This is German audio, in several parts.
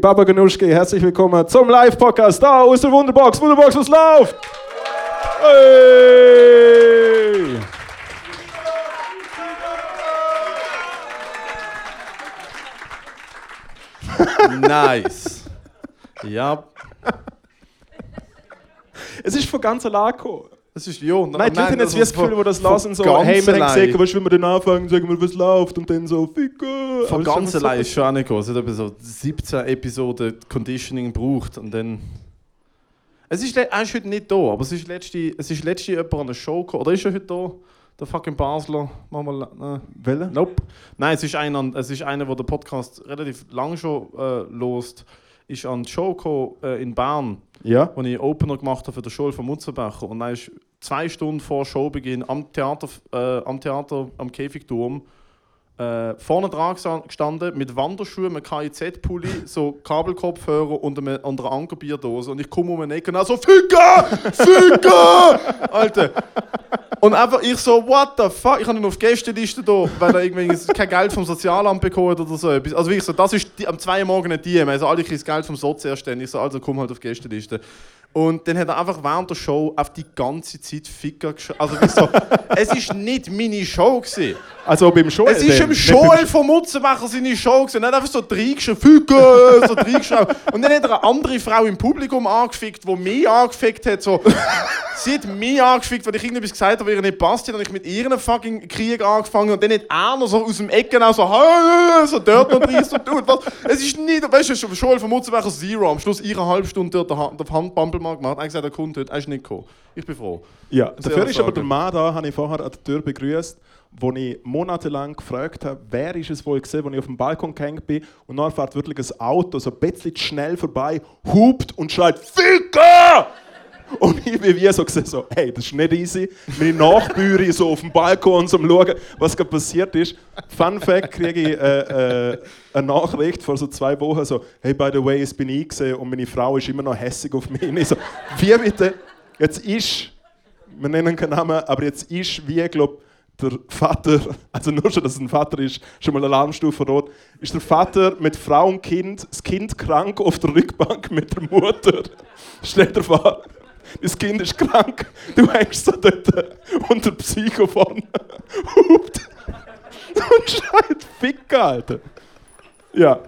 Baba Genuschke. Herzlich willkommen zum Live-Podcast da aus der Wunderbox. Wunderbox, was läuft? Hey! Nice. ja, Es ist von ganz allein gekommen. Oh, das ist ja. Nein, die Leute haben jetzt wie das also Gefühl, wo das lassen, so, hey, wir haben gesehen, weißt du, wenn wir den anfangen, sagen wir, was läuft, und dann so, ficken. Von Aber es ganz ist einfach allein ist schon angekommen. Es hat etwa so 17 Episoden Conditioning gebraucht und dann. Es ist, le- er ist heute nicht da, aber es ist letzte, es ist letzte jemand an der Show gekommen. Oder ist er heute da? Der fucking Basler. Machen wir. la- So. Welche? Äh, nope. Nein, es ist einer, an- es ist einer, der den Podcast relativ lang schon äh, lost. Ist an die Show gekommen äh, in Bern Ja. wo ich Opener gemacht habe für die Schule von Mutzenbecher. Und dann ist zwei Stunden vor Showbeginn am Theater, äh, am, Theater am Käfigturm äh, vorne dran gesa- gestanden mit Wanderschuhen, einem KIZ-Pulli, so Kabelkopfhörer und, einem, und einer Ankerbierdose. Und ich komme um eine Ecke und dann so «Ficker! Ficker!» Alter. Und einfach ich so «What the fuck?» Ich habe ihn auf die Gästeliste da, weil er irgendwie kein Geld vom Sozialamt bekommen hat oder so etwas. Also wirklich so, das ist die, am 2 Uhr morgen nicht die. Also alle kriegen das Geld vom Sozi erst dann. Ich so «Also komm halt auf die Gästeliste.» Und dann hat er einfach während der Show auf die ganze Zeit Ficker geschrieben. Also wirklich so, es ist nicht meine Show gewesen. Also beim Show. Es ist im Joel von Mutzenmacher seine Show gewesen. Er hat einfach so reingeschrieben, «Füge!» so reingeschrieben. Und dann hat er eine andere Frau im Publikum angefickt, die mich angefickt hat. So. Sie hat mich angefickt, weil ich irgendetwas gesagt habe, was ihr nicht passt. Dann habe ich mit ihren fucking Krieg angefangen. Und dann hat er noch so aus dem Ecken auch so, «Hey!» so dort noch rein, so tut was. Es ist nicht, weißt du, schon Joel von Mutzenmacher Zero. Am Schluss ich eine halbe Stunde dort den Ha- den Handbumble mal gemacht. Er hat gesagt, er kommt heute. Er ist nicht gekommen. Ich bin froh. Ja, Sehr dafür ist aber sagen. der Mann da, habe ich vorher an der Tür begrüßt, wo ich monatelang gefragt habe, wer ist es wohl gesehen, wo ich auf dem Balkon gehängt bin und dann fährt wirklich ein Auto so ein bisschen schnell vorbei, hupt und schreit «Ficker!» Und ich bin wie so gesehen, so, hey, das ist nicht easy. Meine Nachbüre so auf dem Balkon zum Schauen, was gerade passiert ist. Fun Fact kriege ich äh, äh, eine Nachricht vor so zwei Wochen so, hey, by the way, es bin ich gesehen und meine Frau ist immer noch hässig auf mich. Und Ich so, wie bitte? Jetzt ist wir nennen keinen Namen, aber jetzt ist, wie ich glaube, der Vater, also nur schon, dass es ein Vater ist, schon mal Alarmstufe rot, ist der Vater mit Frau und Kind, das Kind krank auf der Rückbank mit der Mutter. Stell dir vor, das Kind ist krank, du hängst so dort und der Psycho vorne hupt und schreit Fick, Alter. Ja.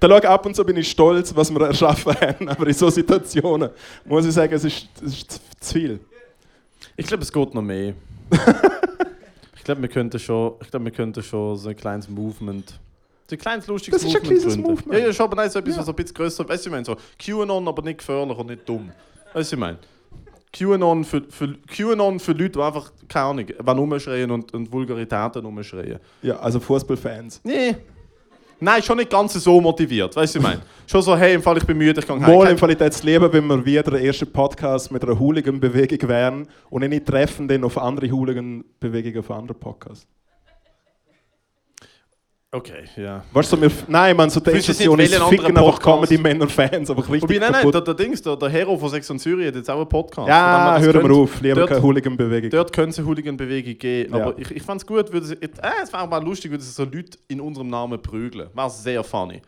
Da schau, ab und zu bin ich stolz, was wir erschaffen haben, aber in solchen Situationen muss ich sagen, es ist, es ist zu- zu viel. Ich glaube, es geht noch mehr. ich glaube, wir könnten schon, ich glaube, wir könnten schon so ein kleines Movement. So ein kleines lustiges Das ist ein Movement. kleines gründen. Movement. Ja, ja, schon, aber nein, so etwas, Ja. was ein bisschen größer. Weißt du, ich meine, so QAnon, aber nicht gefährlich und nicht dumm. Weißt du, ich meine. QAnon für, für, QAnon für Leute, die einfach, keine Ahnung, wann rumschreien und, und Vulgaritäten rumschreien. Ja, also Fußballfans. Nee. Nein, schon nicht ganz so motiviert, weißt du, ich meine. Schon so, hey, im Fall ich bin müde, ich kann Mal im Qualitätsleben, wenn wir wieder der erste Podcast mit einer Hooligan-Bewegung wären und ich nicht treffen dann auf andere Hooligan-Bewegungen von anderen Podcasts. Okay, ja. Weißt du, so, wir, nein, man, so die Willst du jetzt nicht Intention ist, wählen, ficken anderen einfach Podcast? Comedy-Männer-Fans, aber richtig Wobei, nein, nein, kaputt. der, der Dings, der, der Hero von Sex und Syrien hat jetzt auch einen Podcast. Verdammt, ja, das hören wir könnte- auf, lieber dort- keine Hooligan-Bewegung. Dort könnte es eine Hooligan-Bewegung geben, Ja. aber ich, ich fand es gut, würde es, äh, es wäre auch mal lustig, würde es so Leute in unserem Namen prügeln. War sehr funny.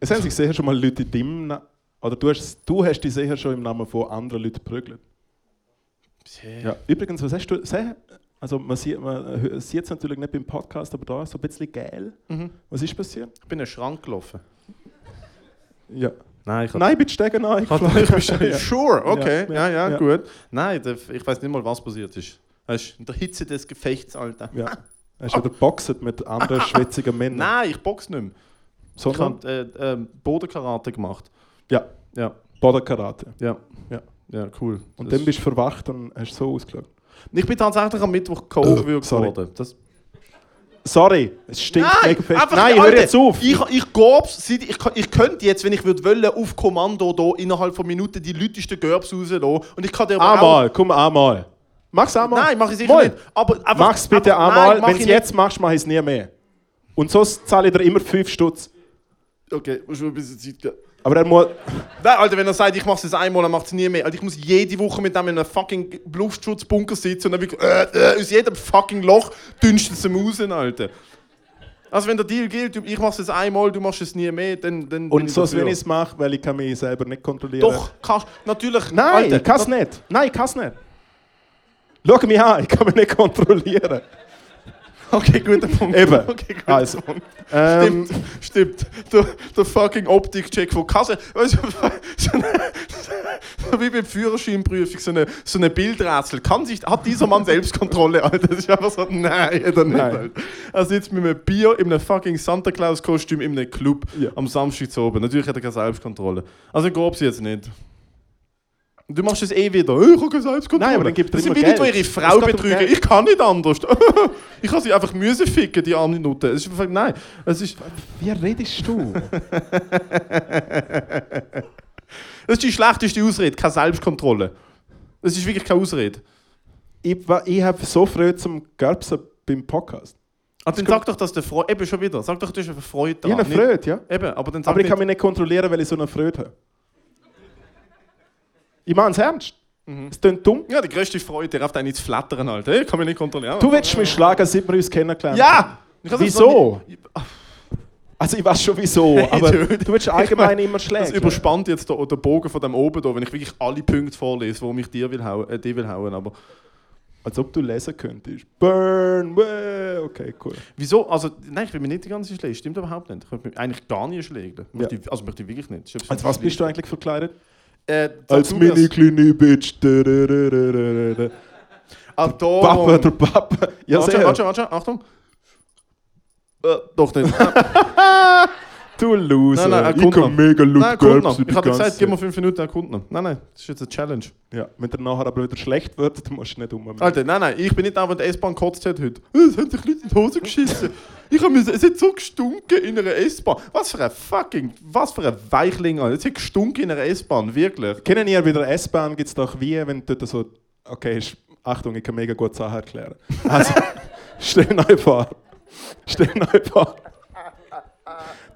Es haben sich sicher schon mal Leute in deinem Na- oder du hast, du hast dich sicher schon im Namen von anderen Leuten prügelt. Ja. Übrigens, was hast du, seh- also man sieht man sieht es natürlich nicht beim Podcast, aber da ist so ein bisschen gel. Was ist passiert? Mhm. Ich bin in den Schrank gelaufen. Ja. Nein, ich Nein, bitte steigen an. Ich ich bin schon- Ja. Sure, okay, Ja. ja, ja, Ja. gut. Nein, der- ich weiß nicht mal, was passiert ist. Weißt, du, in der Hitze des Gefechts, Alter. Ja. Hast du wieder boxet mit anderen schwitzigen Männern? Nein, ich box nicht mehr. Ich Sondern, habe äh, ähm, Bodenkarate gemacht. ja, Ja, Bodenkarate. ja, Ja. ja, cool. Und Das- dann bist du verwacht und hast so ausgeschaut. ich bin tatsächlich am Mittwoch geholt Sorry. worden. Das, Sorry, es stinkt mega fest. einfach- Nein, hör Alter, jetzt auf. Ich, ich gab's, seit- ich, kann- ich könnte jetzt, wenn ich würde wollen, auf Kommando da innerhalb von Minuten die lütesten Gerbs rauslassen. Und ich kann dir aber einmal, komm einmal. Mach's auch... einmal. Nein, mach ich sicher Mal. nicht. Aber einfach, Mach's bitte einfach- einmal. nein, mach Wenn du ich es jetzt machst, mach ich es nie mehr. Und sonst zahle ich dir immer 5 Stutz. Nicht. Okay, muss mir ein bisschen Zeit geben. Aber er muss. Nein, Alter, wenn er sagt, ich mach's jetzt einmal, dann macht's nie mehr. Alter, ich muss jede Woche mit dem in einem fucking Luftschutzbunker sitzen und dann wirklich... Äh, äh, aus jedem fucking Loch dünnst du es ihm raus, Alter. Also wenn der Deal gilt, ich mach's jetzt einmal, du machst es nie mehr, dann, dann bin Und ich so, wenn dafür. ich es mache, weil ich kann mich selber nicht kontrollieren Doch, kannst natürlich. Nein, Alter, ich kann es nicht. Nein, ich kann es nicht. Schau mich an, ich kann mich nicht kontrollieren. Okay, guter Punkt. Eben. Okay, guter Also. Punkt. Ähm, Stimmt, stimmt. Der, der fucking Optikcheck von Kassel. Weißt du, so eine, so wie beim Führerscheinprüfung, so eine, so eine Bildrätsel. Kann sich, hat dieser Mann Selbstkontrolle, Alter? Das ist einfach so, nein, oder nicht. Nein. Alter. Er sitzt mit einem Bier in einem fucking Santa Claus-Kostüm in einem Club Ja. am Samstag zu oben. Natürlich hat er keine Selbstkontrolle. Also, ich glaube sie jetzt nicht. Du machst es eh wieder. Ich habe keine Selbstkontrolle. Nein, aber dann gibt er das sind immer wie die, die Geld. ihre Es Frau geht um betrügen. Geld. Ich kann nicht anders. ich kann sie einfach müssen ficken, die arme Nutte. Es ist einfach, nein, es ist, Wie redest du? das ist die schlechteste Ausrede, keine Selbstkontrolle. Das ist wirklich keine Ausrede. ich wa- ich habe so früh zum Gerbsen beim Podcast. Also dann sag doch, dass der Freude, eben schon wieder, sag doch, du hast eine Freude Ich dran. habe Nicht- Freude, ja. Eben, aber dann sag Aber ich nicht, kann mich nicht kontrollieren, weil ich so eine Freude habe. Ich meine es ernst. Es klingt dumm. ja, die größte Freude, der auf deine zu flattern, Alter. Ich kann mich nicht kontrollieren. Du willst mich schlagen, seit wir uns kennengelernt Ja! Ich kann's Wieso? jetzt noch nicht- Also ich weiß schon wieso, aber Dude. du willst allgemein immer Das schlägen. überspannt jetzt den, den Bogen von dem oben, da, wenn ich wirklich alle Punkte vorlese, wo mich dir will hauen, äh, die will hauen. Aber Als ob du lesen könntest. Burn, weh. okay, cool. Wieso? Also, nein, ich bin mir nicht die ganze schlägen. Stimmt überhaupt nicht. Ich könnte mich eigentlich gar nicht schlägen. Ja. Möchte ich- Also, möchte ich wirklich nicht. Ist ein bisschen Als was bist du schwierig. eigentlich verkleidet? Äh, Als Zacharias. mini kleine Bitch. Dö-dö-dö-dö-dö-dö. Ah, da. Papa, der Papa. Ja, warte, sehr. warte, warte, Achtung. Äh, doch nicht. Nein, Du Loser. Nein, nein, er ich kommt noch. kann mega laut nein kommt noch. gerbsen Ich die hatte ganze gesagt, gib mir Zeit. 5 Minuten, er kommt noch. Nein, nein, das ist jetzt eine Challenge. Ja, wenn der nachher aber wieder schlecht wird, dann musst du nicht ummachen. Alter, nein, nein, ich bin nicht der, der die S-Bahn gekotzt hat heute. Äh, Es haben sich Leute in die Hose geschissen. Ich hab müssen, es hat so gestunken in einer S-Bahn. Was für ein fucking, was für ein Weichling, Alter. Es hat gestunken in einer S-Bahn, wirklich. Kennen ihr wieder S-Bahn? Gibt es doch wie, wenn du dort so. Okay, ist, Achtung, ich kann mega gut Sachen erklären. Also, stell neu vor. Stell neu vor.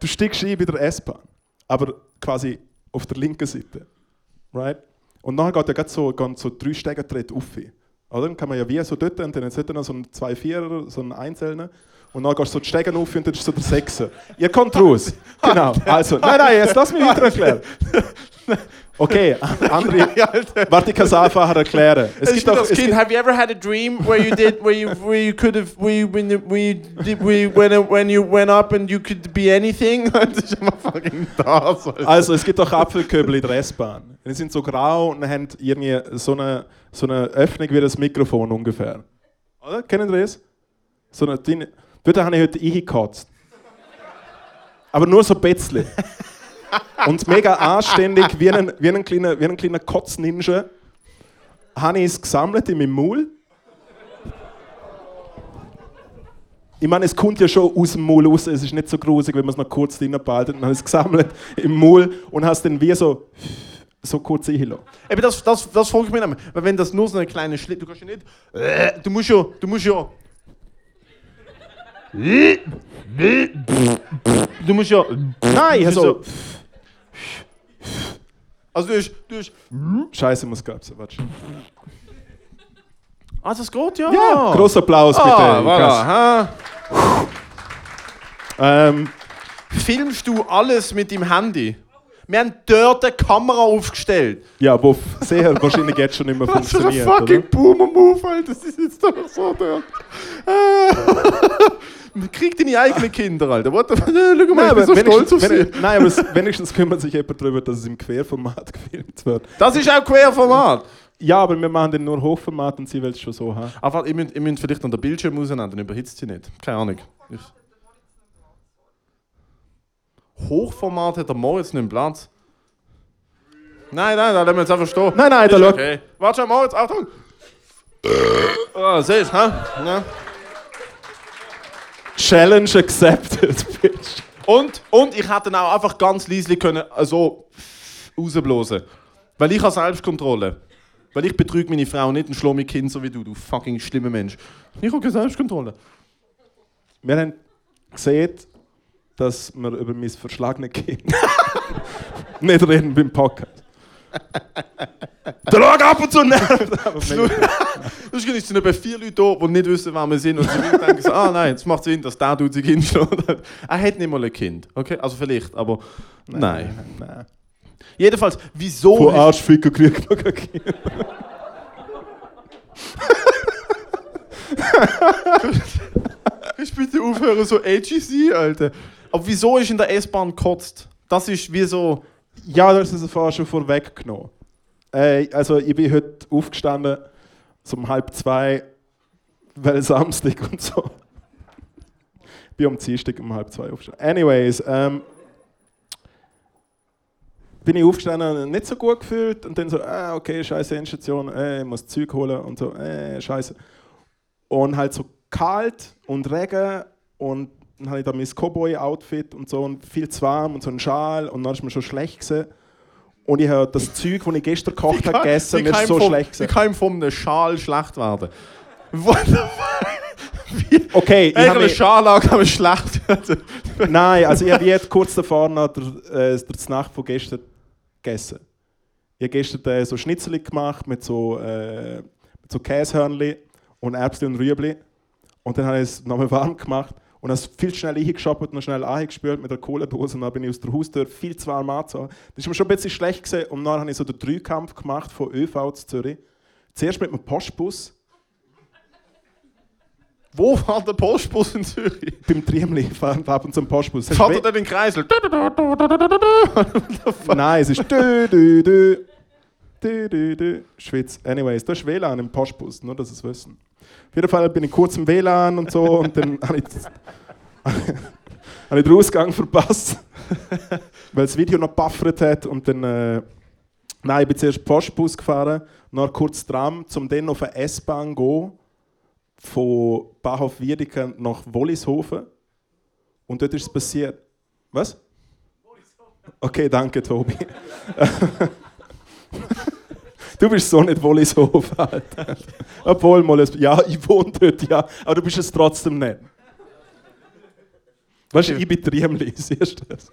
Du steigst ein bei der S-Bahn, aber quasi auf der linken Seite. Right? Und nachher geht ja gerade so, gehen so drei Stegentritte auf. Oder? Dann kann man ja wie so dort und dann jetzt hat er noch so einen 2 4 so einen Einzelnen. Und dann gehst du so die Stegen auf und dann ist so der Sechser. Ihr kommt raus. Genau. Also, nein, nein, jetzt lass mich weiter erklären. Okay, andere. Alter. Warte, ich kann es einfacher erklären. Es Ich gibt bin auch. das Es Kind. gibt, Have you ever had a dream where you did where you where you could have where you when you- where you did where you, when when you went up and you could be anything? Das ist immer fucking das, Alter. also, es gibt auch Apfelköbel in der S-Bahn. Die sind so grau und haben irgendwie so eine, so eine Öffnung wie das Mikrofon ungefähr. Oder? Kennen Sie das? So eine dünne. Dort habe ich heute eingekotzt. Aber nur so ein bisschen. Und mega anständig, wie ein, wie ein kleiner, wie ein kleiner Kotz-Ninja, habe ich es gesammelt in meinem Maul. Ich meine, es kommt ja schon aus dem Maul raus, es ist nicht so grusig, wenn man es noch kurz drin behaltet. Dann habe ich es gesammelt im Maul und habe es dann wie so, so kurz eingelassen. Eben, das, das, das frage ich mich nicht mehr. Weil wenn das nur so eine kleine Schlitz... Du kannst ja nicht... Äh, Du musst ja... Du musst ja... Du musst ja... Nein, also... so- Also du hast... Du hast Scheiße, muss gab's. Warte. ah, das geht ja. Ja, großer Applaus bitte. Ah, Lukas. voilà. hä? Ähm, Filmst du alles mit dem Handy? Wir haben dort eine Kamera aufgestellt. ja, wo f- sehr wahrscheinlich jetzt schon nicht mehr funktioniert. Oder? Boomer-Move, Alter. Das ist jetzt doch so dort. Äh. Krieg deine eigenen Kinder, Alter. What the fuck? Schau mal, ich bin so stolz auf sie. wenn, nein, aber es, wenigstens kümmert sich jemand darüber, dass es im Querformat gefilmt wird. Das ist auch Querformat. Ja, aber wir machen den nur Hochformat und sie will es schon so haben. Aber ihr müsst, ihr müsst vielleicht an den Bildschirm auseinander, dann überhitzt sie nicht. Keine Ahnung. Ich Hochformat hat der Moritz nicht im Platz. Nein, nein, da lassen wir jetzt einfach stehen. Nein, nein, da Ist schau. okay. Warte schon, Moritz, Achtung! Ah, siehst du, hä? Ja. Challenge accepted, bitch. Und, und ich hätte ihn auch einfach ganz leise können äh, so rausblasen. Weil ich habe Selbstkontrolle. Weil ich betrüge meine Frau nicht und schlage mein Kind so wie du, du fucking schlimmer Mensch. Ich habe keine Selbstkontrolle. Wir haben gesehen, dass wir über mein verschlagenes Kind nicht reden beim Podcast. Der lag ab und zu nervt. Aber mega cool. Das ist sind eben vier Leute da, die nicht wissen, wer wir sind. Und sie denken so, ah nein, es macht Sinn, dass der Dude sich hinschlägt. Er hat nicht mal ein Kind, okay? Also vielleicht, aber nein. Nein. Jedenfalls, wieso... Von hast- Arschficker kriegt man kein Kind. Kannst du bitte aufhören, so edgy sein, Alter? Aber wieso ist in der S-Bahn gekotzt? Das ist wie so... Ja, du hast es vorher schon vorweggenommen. Äh, also ich bin heute aufgestanden, so um halb zwei, weil Samstag und so. Ich bin am Dienstag um halb zwei aufgestanden. Anyways, ähm, bin ich aufgestanden und nicht so gut gefühlt und dann so, ah, okay, scheiße Endstation, äh, ich muss Zeug holen und so, äh, scheiße. Und halt so kalt und Regen und dann hatte ich da mein Cowboy-Outfit und so und viel zu warm und so einen Schal und dann ist mir schon schlecht gewesen. Und ich habe das Zeug, das ich gestern gekocht habe, gegessen, mir ist so vom, schlecht Wie gewesen. kann ihm von einem Schal schlecht werden? What the fuck? Wie? Okay, ich Ich habe habe einen mich, Schal an, kann man schlecht werden. nein, also ich habe jetzt kurz davor noch der, äh, der Nacht von gestern gegessen. Ich habe gestern äh, so Schnitzel gemacht mit so, äh, mit so Käsehörnli und Erbsen und Rüebli. Und dann habe ich es nochmal warm gemacht und habe es viel schnell hingeschoppert und schnell angespült mit der Kohlendose. Und dann bin ich aus der Haustür viel zu warm angezogen. Das ist mir schon ein bisschen schlecht gewesen. Und dann habe ich so den Dreikampf gemacht von ÖV zu Zürich. Zuerst mit einem Postbus Wo war der Postbus in Zürich? beim Triemli, fahren wir ab und zum Postbus. Das ist Fahrt we- er dann in den Kreisel? Nein, es ist dü, dü, dü. Dü, dü, dü. Schweiz. Anyways, da ist WLAN im Postbus, nur dass Sie es wissen. Auf jeden Fall bin ich kurz im WLAN und so und dann habe ich, habe ich den Ausgang verpasst, weil das Video noch buffert hat und dann... Äh, nein, ich bin zuerst Postbus gefahren, noch kurz Tram, um dann auf eine S-Bahn zu gehen, von Bahnhof Wiedeken nach Wollishofen. Und dort ist es passiert... Was? Okay, danke, Tobi. du bist so nicht Wollishof, Alter. Obwohl, mal, es- ja, ich wohne dort, ja, aber du bist es trotzdem nicht. Weißt du, ich bin Triemli, siehst du das?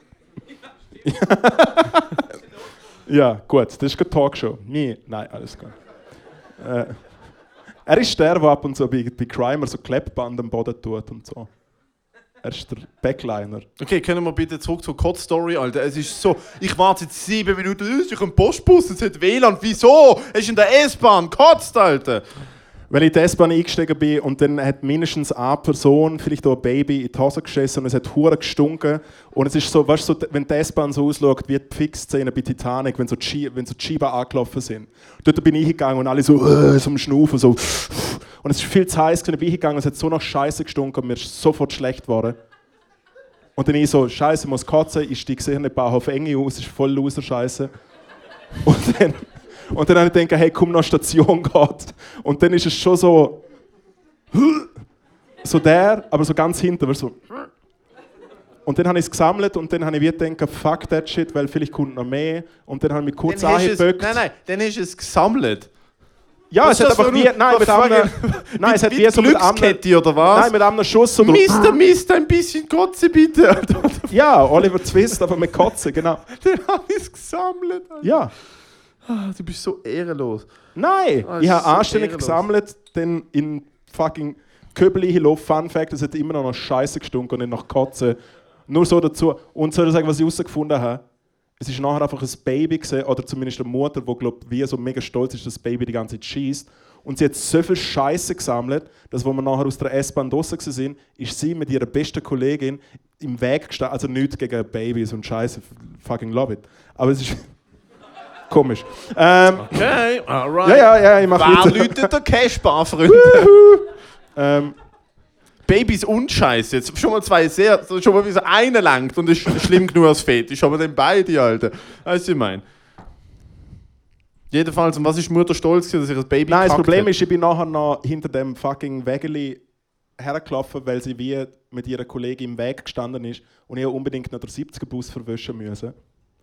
ja, gut, das ist keine Talkshow. Nee, nein, alles gut. Äh, er ist der, der ab und zu bei, bei Crimer so Kleppband am Boden tut und so. Er ist der Backliner. Okay, können wir bitte zurück zur Kotz-Story, Alter. Es ist so, ich warte jetzt sieben Minuten, es ist ein Postbus, es hat WLAN, wieso? Es ist in der S-Bahn, kotzt, Alter. Weil ich in die S-Bahn eingestiegen bin und dann hat mindestens eine Person, vielleicht auch ein Baby, in die Hose geschissen und es hat hure gestunken. Und es ist so, weißt du, so, wenn die S-Bahn so ausschaut, wie die Fix-Szene bei Titanic, wenn so, die Schi- wenn so die Scheiben angelaufen sind. Dort bin ich hingegangen und alle so, äh, so am Schnaufen, so. Und es ist viel zu heiß, gewesen, ich bin hingegangen und es hat so nach Scheiße gestunken und mir ist sofort schlecht geworden. Und dann ich so, Scheiße, ich muss kotzen, ich steige sicher nicht auf Enge aus, ist voll loser Scheiße. Und dann, und dann habe ich gedacht, hey, komm noch Station geht. Und dann ist es schon so. So der, aber so ganz hinten, aber so. Und dann habe ich es gesammelt und dann habe ich wieder gedacht, fuck that shit, weil vielleicht kommt noch mehr. Und dann habe ich mich kurz Dann hast du es, nein, angebückt. nein, dann hast du es gesammelt. Ja, Was es hat ist das einfach für wie. eine- Nein, mit was für einem, nein es hat wie so mit einem. Glückskette oder was? Nein, mit einem Schuss. Und Mister, Mister, ein bisschen Kotze bitte, Alter. ja, Oliver Twist, aber mit Kotzen, genau. Dann habe ich es gesammelt, Alter. Ja. Ah, Du bist so ehrenlos. Nein, Ah, das ich habe ist so anständig ehrenlos. gesammelt, denn in fucking Köbeli Hilof, Fun Fact, es hat immer noch nach Scheiße gestunken und nicht nach Kotze. Nur so dazu. Und soll ich sagen, was ich herausgefunden habe? Es ist nachher einfach ein Baby gewesen, oder zumindest eine Mutter, die glaub, wie so mega stolz ist, dass das Baby die ganze Zeit schießt. Und sie hat so viel Scheiße gesammelt, dass, wo wir nachher aus der S-Bahn draußen gewesen sind, ist sie mit ihrer besten Kollegin im Weg gestanden. Also nichts gegen Babys und Scheiße, fucking love it. Aber es ist komisch. Ähm, Okay, alright. ja, ja, ja, ich mach Wer weiter. läutet der Cashbar, Freunde? Ähm, Babys und Scheiße. Jetzt schon mal zwei sehr, so schon mal wie so eine langt und ist sch- schlimm genug als Fetisch, aber dann beide, Alter. Weißt du, ich mein. Jedenfalls, und was ist Mutter stolz, gewesen, dass ich das Baby nein, das gekackt Problem hat? ist, ich bin nachher noch hinter dem fucking Wägeli hergelaufen, weil sie wie mit ihrer Kollegin im Weg gestanden ist und ich unbedingt noch den 70er Bus verwischen müssen.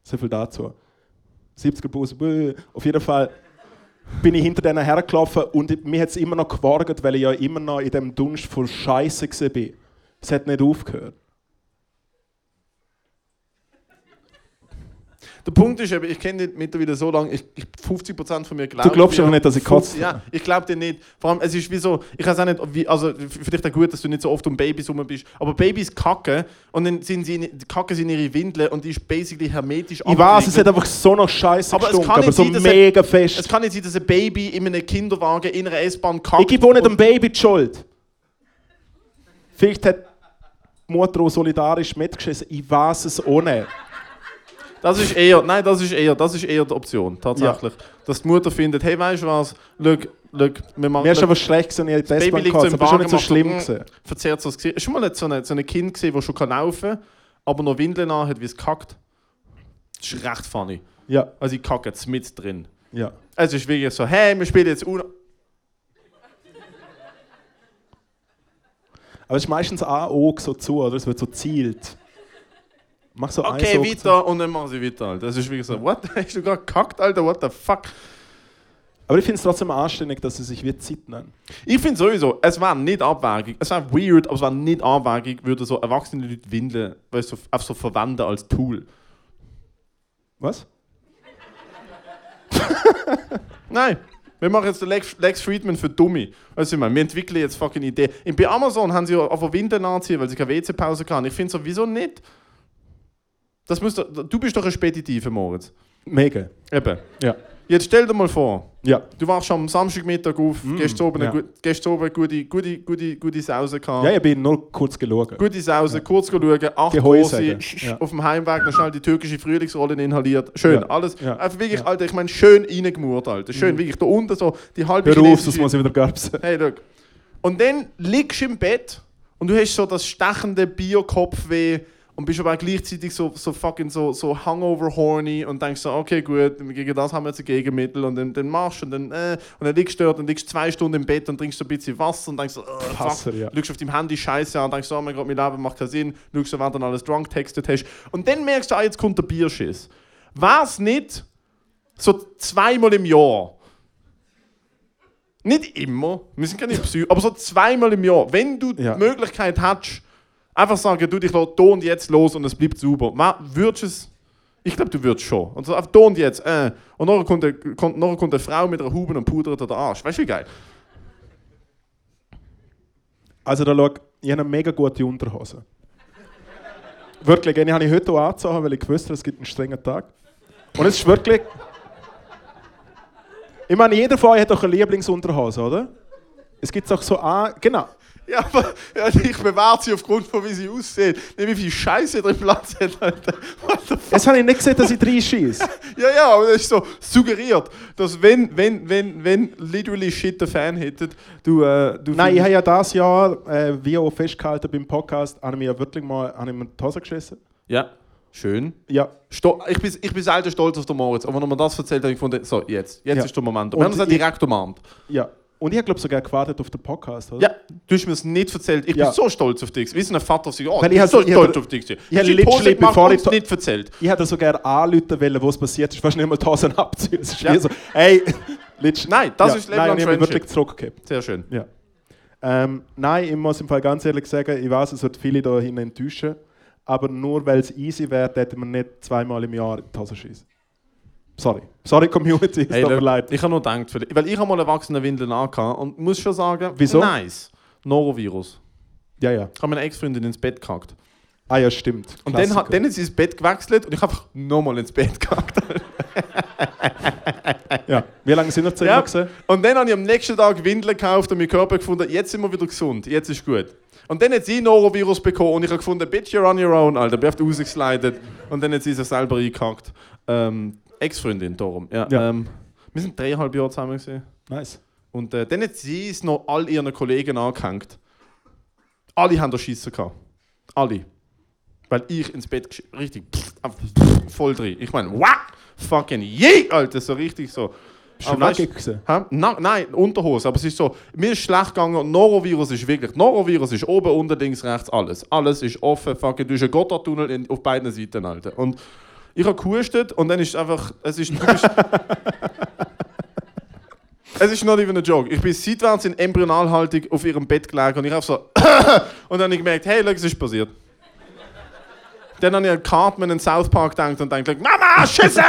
So viel dazu. 70er Bus, bäh. auf jeden Fall bin ich hinter denen hergelaufen und mir hat es immer noch gewarget, weil ich ja immer noch in dem Dunst von Scheiße war. Es hat nicht aufgehört. Der Punkt ist eben, ich kenne dich mittlerweile so lange, ich, ich 50% von mir glaubt. Du glaubst dir. aber nicht, dass ich kotze. Ja, ich glaube dir nicht. Vor allem, es ist wie so, ich weiß auch nicht, wie, also vielleicht auch gut, dass du nicht so oft um Babys rum bist, aber Babys kacken und dann sind sie, in- kacken sie in ihre Windeln und die ist basically hermetisch Ich weiß, es abgeriegelt. hat einfach so nach Scheiße Aber es gestunken, kann aber nicht so sein, dass er- mega fest. Es kann nicht sein, dass ein Baby in einem Kinderwagen in einer S-Bahn kackt. Ich gebe auch nicht und- dem Baby die Schuld. Vielleicht hat die Mutter auch solidarisch mitgeschissen. Ich weiß es auch nicht. Das ist eher, nein, das ist eher, das ist eher die Option, tatsächlich. Dass die Mutter findet, hey, weißt du was, look, look, wir machen... Mir ist einfach schlecht gewesen, ich habe die Baby Bestbahn liegt so gehabt. im Aber schon nicht so Wagen, schlimm macht- gewesen. verzerrt so das Gesicht. Ist schon mal nicht so ein so ein Kind gesehen, das schon kann laufen kann, aber noch Windeln an hat, wie es kackt? Das ist recht funny. Ja, Also ich kacke jetzt mit drin. ja. Also es ist wirklich so, hey, wir spielen jetzt Uno. Aber es ist meistens ein Auge so zu, oder? Es wird so zielt. Mach so Okay, ein Auge zu. weiter und dann machen sie weiter. Alter. Das ist wirklich so, what? Hast du gerade gekackt, Alter? What the fuck? Aber ich finde es trotzdem anständig, dass sie sich wie Zeit nehmen. Ich finde sowieso, es war nicht abwägig. Es war weird, aber es war nicht abwägig, würde so erwachsene Leute Windeln weißt, du, auf so verwenden als Tool. Was? Nein. Wir machen jetzt den Lex, Lex Friedman für Dummy. Weißt du, ich meine, wir entwickeln jetzt fucking Idee. In- Bei Amazon haben sie ja auf eine Windeln anziehen, weil sie keine WC-Pause kann. Ich finde sowieso nicht. Das müsst du, du bist doch ein Speditiver, Moritz. Mega. Eben. Ja. Jetzt stell dir mal vor, Ja. du wachst am Samstagmittag auf, gehst zu oben, Mm, ja. ja. gehst zu oben gute, gute, gute, gute Sause kann. Ja, ich bin nur kurz geschaut. Gute Sause, kurz schauen, acht große, Die Heusäge, ja. auf dem Heimweg noch schnell die türkische Frühlingsrollen inhaliert. Schön, Ja, alles. ja, Einfach wirklich, ja. Mhm. Alter, ich meine, schön reingemurt, Alter. Schön, wirklich, da unten so die halbe Hör auf, sonst chinesische- muss ich wieder garbsen. Hey, look. Und dann liegst du im Bett und du hast so das stechende Biokopfweh und bist aber auch gleichzeitig so, so fucking so, so hangover horny und denkst so, okay, gut, gegen das haben wir jetzt ein Gegenmittel und dann, dann machst du und dann, äh, und dann liegst du dort und liegst zwei Stunden im Bett und trinkst so ein bisschen Wasser und denkst so, oh, fuck. Wasser, ja. Lügst auf deinem Handy Scheiße an und denkst so, oh mein Gott, mein Leben macht keinen Sinn. Lügst, wenn du dann alles drunk textet hast. Und dann merkst du, ah, jetzt kommt der Bierschiss. War's nicht so zweimal im Jahr? Nicht immer, wir sind keine Psy, aber so zweimal im Jahr. Wenn du Ja. die Möglichkeit hast, einfach sagen, du, ich lasse da und jetzt los und es bleibt sauber. Ma- Würdest du es? Ich glaube, du würdest schon. Und so auf da und jetzt. Äh. Und nachher kommt, eine, kommt, nachher kommt eine Frau mit einer Huben und pudert dir den Arsch. Weißt du, wie geil? Also da schau, ich habe eine mega gute Unterhose. Wirklich, eine habe ich heute auch angezogen, weil ich gewusst habe, es gibt einen strengen Tag. Und es ist wirklich... Ich meine, jeder von euch hat doch eine Lieblingsunterhose, oder? Es gibt auch so an... Genau. Ja, aber ja, ich bewerte sie aufgrund von, wie sie aussehen. Nicht wie viel Scheiße drin Platz hat, Alter. What the fuck? Jetzt habe ich nicht gesehen, dass ich reinschieße. Ja, ja, aber das ist so suggeriert, dass wenn, wenn, wenn, wenn literally shit der Fan hättet, du, äh, du Nein, ich findest- habe ja dieses Jahr, äh, wie auch festgehalten beim Podcast, habe ich mir ja wirklich mal habe ich mir die Hose geschissen. Ja, schön. Ja. Sto ich bin, ich bin selten stolz auf den Moritz, aber wenn er mir das erzählt, habe ich gefunden, so, jetzt, jetzt Ja. ist der Moment. Und Wir haben uns auch ich- direkt umarmt. Ja. Und ich habe, glaube sogar gewartet auf den Podcast, oder? Ja, du hast mir es nicht erzählt. Ich Ja. bin so stolz auf dich. Wie so ein Vater auf sich. Oh, Weil ich ich bin so hab- ich stolz hab- auf dich. Ich hab literally, bevor ich- es nicht erzählt. Ich hätte sogar anrufen wollen, was passiert ist. Weißt du, nicht mal die Hosen abziehen. Es ist Ja. wie so, hey, letztens- Nein, das ist Leben Nein, lang ich habe mich Friendship. wirklich zurückgekippt. Sehr schön. Ja. Ähm, nein, ich muss im Fall ganz ehrlich sagen, ich weiß, es wird viele da hinten enttäuschen, aber nur weil es easy wäre, hätte man nicht zweimal im Jahr in die Hose schießen. Sorry. Sorry, Community, es Hey, tut mir look, leid. Ich habe nur gedacht, weil- weil ich habe mal erwachsene Windeln angehabt und muss schon sagen, Wieso? nice. Norovirus. Ja, ja. Ich habe meine Ex-Freundin ins Bett gehackt. Ah ja, stimmt. Und dann, Klassiker. hat- dann hat sie ins Bett gewechselt und ich habe einfach nochmal ins Bett gehackt. ja. Wie lange sind wir zusammen? Ja. gewesen? Und dann habe ich am nächsten Tag Windeln gekauft und meinen Körper gefunden, jetzt sind wir wieder gesund, jetzt ist gut. Und dann hat sie Norovirus bekommen und ich habe gefunden, bitch, you're on your own, Alter. Bin auf die rausgeslidet und dann hat sie sich selber eingehackt. Ähm, Ex-Freundin, darum. Ja, Ja. Ähm, wir sind dreieinhalb Jahre zusammen. Gewesen. Nice. Und äh, dann hat sie es noch all ihren Kollegen angehängt. Alle haben da Schiessen gehabt. Alle. Weil ich ins Bett gesch- richtig pff, einfach pff, voll drin. Ich meine, wow, fucking je, Alter, so richtig so. Bist du Aber weißt- nackig gewesen? Hä? Na, nein, Unterhose. Aber es ist so, mir ist schlecht gegangen und Norovirus ist wirklich. Norovirus ist oben, unten, links, rechts, alles. Alles ist offen, fucking. Du hast einen Gotthardtunnel in- auf beiden Seiten, Alter. Und ich habe gehustet und dann ist einfach. Es ist. Du bist, es ist not even a joke. Ich bin seitwärts in Embryonalhaltung auf ihrem Bett gelegen und ich habe so. und dann habe ich gemerkt, hey, look, es ist passiert. Dann habe ich an Cartman in South Park gedacht und dachte, Mama, Schüssel!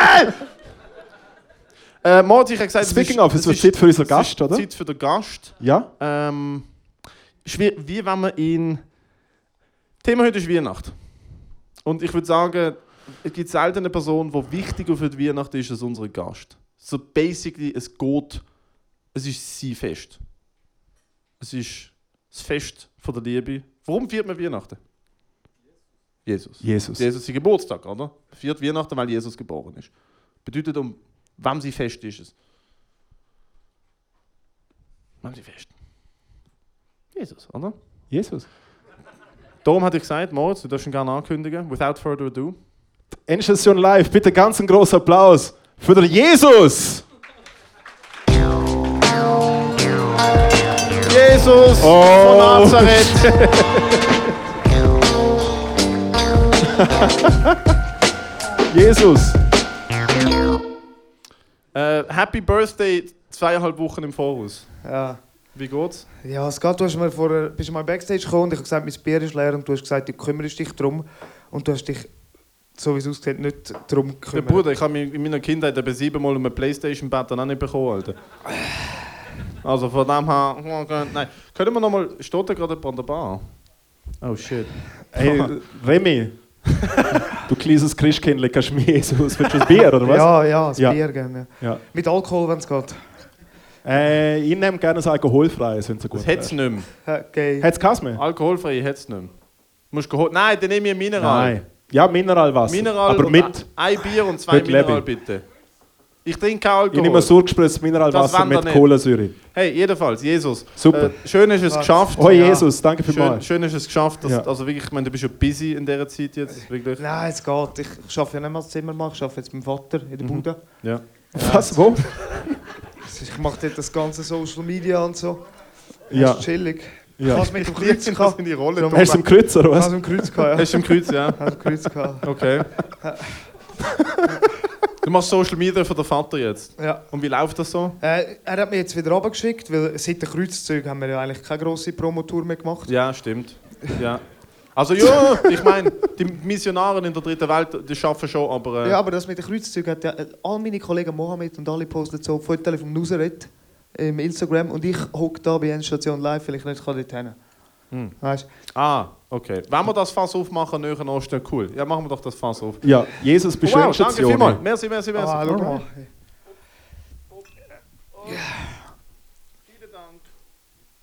äh, Moritz, ich habe gesagt, Speaking of, es wird Zeit für unseren es ist Gast, oder? Zeit für den Gast. Ja? Ähm, schwer, wie wenn man ihn. Thema heute ist Weihnacht. Und ich würde sagen, es gibt selten eine Person, die wichtiger für die Weihnacht ist als unser Gast. So basically, es geht. Es ist sein Fest. Es ist das Fest von der Liebe. Warum feiert man Weihnachten? Jesus. Jesus. Jesus sein Geburtstag, oder? Viert Weihnachten, weil Jesus geboren ist. Bedeutet, um wem sie fest ist es? Wem sie fest? Jesus, oder? Jesus. Darum hatte ich gesagt, Moritz, du darfst ihn gerne ankündigen. Without further ado. Endstation Live, bitte ganz einen großen Applaus für den Jesus! Jesus Oh. von Nazareth! Jesus! äh, happy Birthday zweieinhalb Wochen im Voraus. Ja. Wie geht's? ja, es geht. Du hast mir vorher, bist mal Backstage gekommen und ich habe gesagt, mein Bier ist leer und du hast gesagt, du kümmerst dich drum. Und du hast dich, so wie es aussieht, nicht drum Der gekümmert. Bruder, ich habe mich in meiner Kindheit etwa siebenmal um ein Playstation-Bett dann auch nicht bekommen, Alter. Also von dem her... Nein. Können wir nochmal... Steht da gerade jemand an der Bar? Oh shit. Hey, Remy! du kleines Christkindle, kannst du mir Jesus? Willst du ein Bier, oder was? Ja, ja, das Ja. Bier gerne. Ja. Ja. Mit Alkohol, wenn es geht. Äh, ich nehme gerne ein alkoholfreies, wenn es gut Das hätt's nicht mehr. Okay. Hat's keins mehr? Alkoholfrei hätt's nicht mehr. Musst geholt... Nein, dann nehme ich ein Mineral. Nein. Ja, Mineralwasser. Mineral aber und mit. Ein Bier und zwei Mit Lebe. Mineral, bitte. Ich trinke kein Alkohol. Ich nehme ein surgespritztes Das Mineralwasser wollen wir mit nicht. Kohlensäure. Hey, jedenfalls, Jesus. Super. Äh, schön ist es Was? geschafft. Oh Jesus, danke schön, vielmals. schön ist es geschafft. Dass, Ja. Also wirklich, ich meine, du bist ja busy in dieser Zeit jetzt. Wirklich. Nein, es geht. Ich ich arbeite ja nicht mehr als Zimmermann, ich arbeite jetzt beim Vater in Mhm. der Bude. Also, Ja. Was? Wo? Ich mache dort das ganze Social Media und so. Ja. Das ist chillig. ja. Ich habe es mit dem Kreuz gehabt. in die Rolle. Drum- Hast du im Kreuz, oder Ich was? habe es mit dem Kreuz gehabt, ja. Hast du im Kreuz, ja. Ich habe es mit dem Kreuz gehabt. Okay. du machst Social Media für den Vater jetzt. Ja. Und wie läuft das so? Äh, er hat mich jetzt wieder runtergeschickt, weil seit den Kreuzzügen haben wir ja eigentlich keine grosse Promotour mehr gemacht. Ja, stimmt. Ja. Also ja, ich meine, die Missionare in der dritten Welt, die arbeiten schon, aber... Äh, Ja, aber das mit den Kreuzzügen hat ja äh, all meine Kollegen Mohammed und alle postet so Fotos vom Nusret im Instagram und ich hocke da bei Endstation live, weil ich nicht kann dort hin. Hm. Weißt, Ah, okay. Wenn wir das Fass aufmachen, näher an Osten, cool. Ja, machen wir doch das Fass auf. Ja, Jesus Oh, wow, beschwört danke vielmals. Merci, merci, du? merci. Ah, schau mal. Vielen Dank.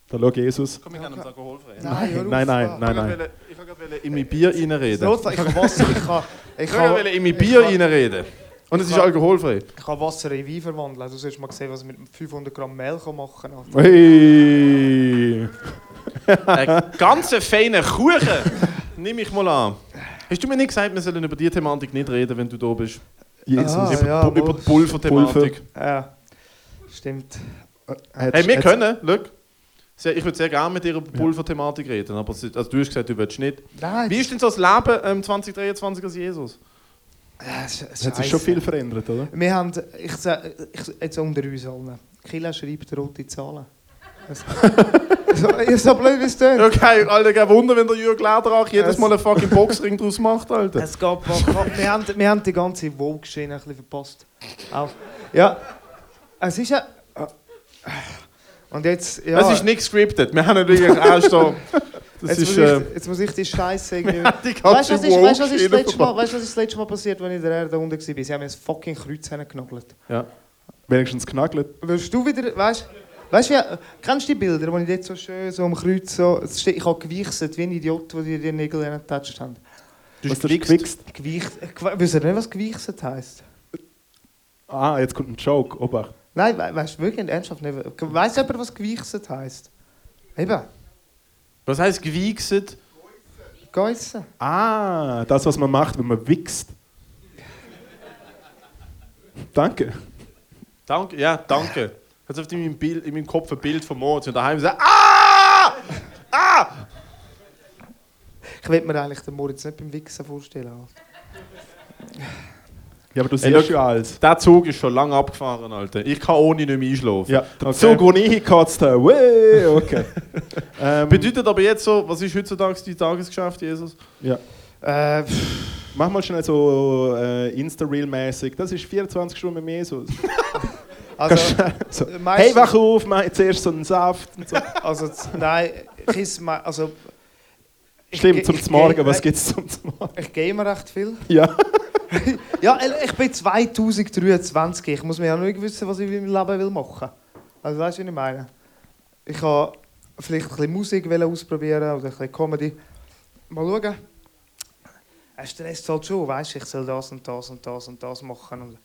Da schau Jesus. Komm, ich kann uns alkoholfrei. Nein, hör auf. Nein, Ah. nein, nein, Ich nein. wollte- Ich wollte gerade in mein Bier Das reinreden. Notfall, ich kann Wasser, ich kann, ich Ich wollte kann, in mein Bier ich kann- reinreden. Und es ist alkoholfrei. ich kann Wasser in Wein verwandeln. Du sollst mal sehen, was ich mit 500 Gramm Mehl kann machen kann. Ah, Hey! Ein ganz feiner Kuchen. Nimm ich mal an. Hast du mir nicht gesagt, wir sollen über die Thematik nicht reden, wenn du da bist? Jesus. Ah, über, ja, über wo- die Pulver-Thematik. Ja, Äh, stimmt. Hey, wir können, schau. Sehr- Ich würde sehr gerne mit dir über die Pulver-Thematik reden, aber es- also du hast gesagt, du willst nicht. Nein, Wie ist denn so das Leben ähm, 2023 als Jesus? Ja, es ist- es Es hat sich ist schon Äh, scheisse. viel verändert, oder? Wir haben, ich sage, ich, jetzt unter uns allen. Kila schreibt rote Zahlen. Es- so, ist so blöd wie es tönt. Okay, Alter, kein Wunder, wenn der Jürg Lederach jedes Es- Mal einen fucking Boxring draus macht, Alter. Es gab wir, haben, wir haben die ganze Vogue-Schiene ein bisschen verpasst. Auch. Ja, es ist ja... Und jetzt, ja... Es ist nicht gescriptet. Wir haben natürlich auch so. Das jetzt, ist. muss Äh, ich, jetzt muss ich die Scheiße irgendwie... die ganze Weißt du, was, ist- weißt du, was, ist das Woke-Schiene letzte Mal- weißt du, was ist das letzte Mal passiert, wenn ich in der Erde unten war? Sie haben mir ein fucking Kreuz hingenagelt. Ja. Wenigstens knackelt. Willst du wieder, weißt Weißt du, wie- kennst du die Bilder, wo ich dort so schön so am Kreuz so. es steht- Ich habe geweichselt wie ein Idiot, wo die die Nägel getatscht haben. Du hast gewichst. gewichst. Geweichselt. Wisst ihr nicht, was geweichselt heisst? Ah, jetzt kommt ein Joke. Obacht. Nein, we weißt du wirklich ernsthaft nicht. Weißt jemand, was geweichselt heisst? Eben, Was heißt gewichset? Geissen. Ah, das, was man macht, wenn man wichst. Danke. Danke, ja, danke. Jetzt auf in meinem, Bild, in meinem Kopf ein Bild von Moritz und daheim sagt: Ah! Ah! Ich will mir eigentlich den Moritz nicht beim Wichsen vorstellen. Ja, aber du Hey, siehst schau. ja alles. Der Zug ist schon lange abgefahren, Alter. Ich kann ohne nicht mehr einschlafen. Ja, der Zug, wo ich hingekotzt habe. Wee, okay. ähm, Bedeutet aber jetzt so, was ist heutzutage dein Tagesgeschäft, Jesus? ja. Äh, pff, Mach mal schnell so äh, Insta-Reel-mäßig. Das ist 24 Stunden mehr so. Also, so. Hey, meistens- wach auf, mach jetzt erst so einen Saft. Und so. also z- nein, ich esse me- also Stimmt, ich- zum ich- äh, Morgen. ich- Was gibt es zum Morgen? ich gehe immer recht viel. Ja. Ja, äh, ich bin 2023. Ich muss mir ja nicht wissen, was ich mit meinem Leben will machen will. Also weißt du, was ich meine? Ich wollte vielleicht ein bisschen Musik wollen ausprobieren oder ein bisschen Comedy. Mal schauen. Es stresst halt schon, weißt du, ich soll das und das und das und das machen. Und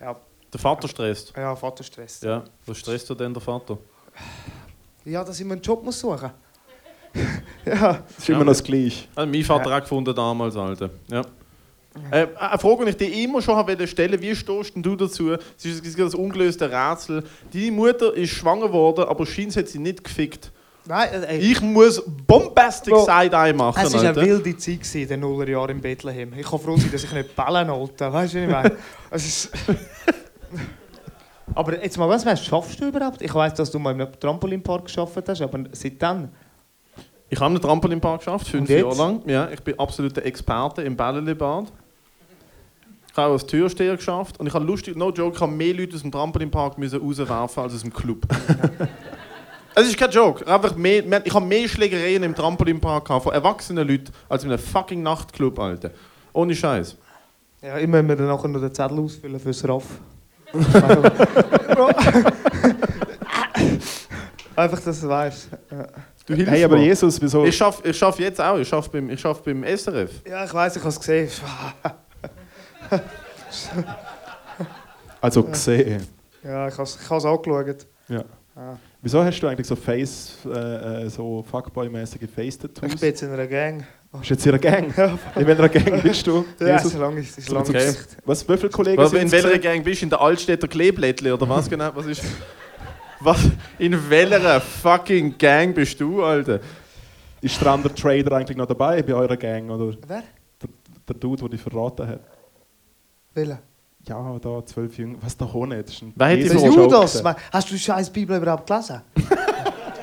ja, Der Vater stresst. ja, Vater stresst. Ja, was stresst du denn, der Vater? Ja, dass ich mir einen Job muss suchen ja. Das ist immer noch das Gleiche. Also mein Vater auch gefunden damals, Alter. Ja. Äh, eine Frage, die ich dir immer schon wollte stellen wie stehst denn du dazu? Es ist es ist das ungelöste Rätsel. Deine Mutter ist schwanger geworden, aber scheint hat sie nicht gefickt. Nein, äh, ey. Ich muss bombastic Bro, Side-Eye machen, Es war eine Alter. wilde Zeit gewesen, in den Nullerjahren in Bethlehem. Ich kann froh sein, dass ich nicht bellen wollte. Weißt du, was ich meine? Es ist. aber jetzt mal, was weißt, schaffst du überhaupt? Ich weiß, dass du mal im Trampolinpark geschafft hast, aber seit dann. Ich habe einen Trampolinpark geschafft, fünf Und jetzt? Jahre lang. Ja, ich bin absoluter Experte im Bällelibad. Ich habe auch als Türsteher geschafft und ich habe lustig, no joke, ich habe mehr Leute aus dem Trampolinpark müssen rauswerfen als aus dem Club. Es ist kein Joke. Einfach mehr, mehr, ich habe mehr Schlägereien im Trampolinpark gehabt von erwachsenen Leuten als in einem fucking Nachtclub, Alter. Ohne Scheiß. Ja, ich muss mir dann nachher noch den Zettel ausfüllen fürs Raff. Einfach, dass du weißt. Ja. Du hilfst Hey, aber mir. Jesus, Oh. wieso? Ich schaffe ich schaff jetzt auch. Ich schaffe beim, ich schaff beim SRF. Ja, ich weiß, ich habe es gesehen. Also gesehen. Ja, ich habe es ich hab's angeschaut. Ja. Ah. Wieso hast du eigentlich so Face, äh, äh, so Fuckboy-mäßige Ich Face-Tattoos? bin jetzt in einer Gang. Bist jetzt in einer Gang? In welcher Gang bist du? Ja, es Jesus? ist eine lange, es ist eine lange Okay. Geschichte. Was, wie viele Kollegen Was, sind in es welcher gesehen? Gang bist du? In der Altstädter Kleeblättli oder was genau? Was ist. Was? In welcher fucking Gang bist du, Alter? Ist der andere Trader eigentlich noch dabei bei eurer Gang? Oder Wer? der Dude, der dich verraten hat? Welcher? Ja, da, zwölf Jünger. Was, da auch nicht? Das ist ein Wer hat die Jesus- Der Wieso? Joke. Judas, man, hast du die scheiß Bibel überhaupt gelesen?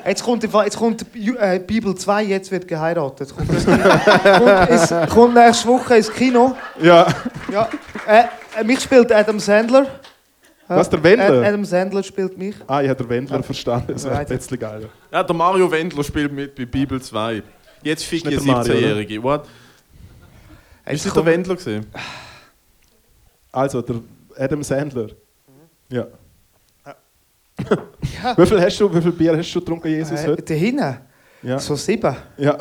jetzt kommt, im Fall- jetzt kommt Ju- äh, Bibel 2, jetzt wird geheiratet. Kommt, ins Kino. kommt, ins, kommt nächste Woche ins Kino. Ja, Ja. Äh, äh, mich spielt Adam Sandler. was, der Äh, Wendler? Adam Sandler spielt mich. Ah, ich habe den Wendler verstanden. Das wäre Right. plötzlich geil. Ja, der Mario Wendler spielt mit bei Bibel 2. Jetzt fick ihr Ist nicht der Mario, 17-Jährige. What? Ist das der Wendler gesehen? Also, der Adam Sandler. Ja. wie, viel hast du, wie viel Bier hast du getrunken, Jesus, Äh, heute? da hinten, Ja. so sieben. ja.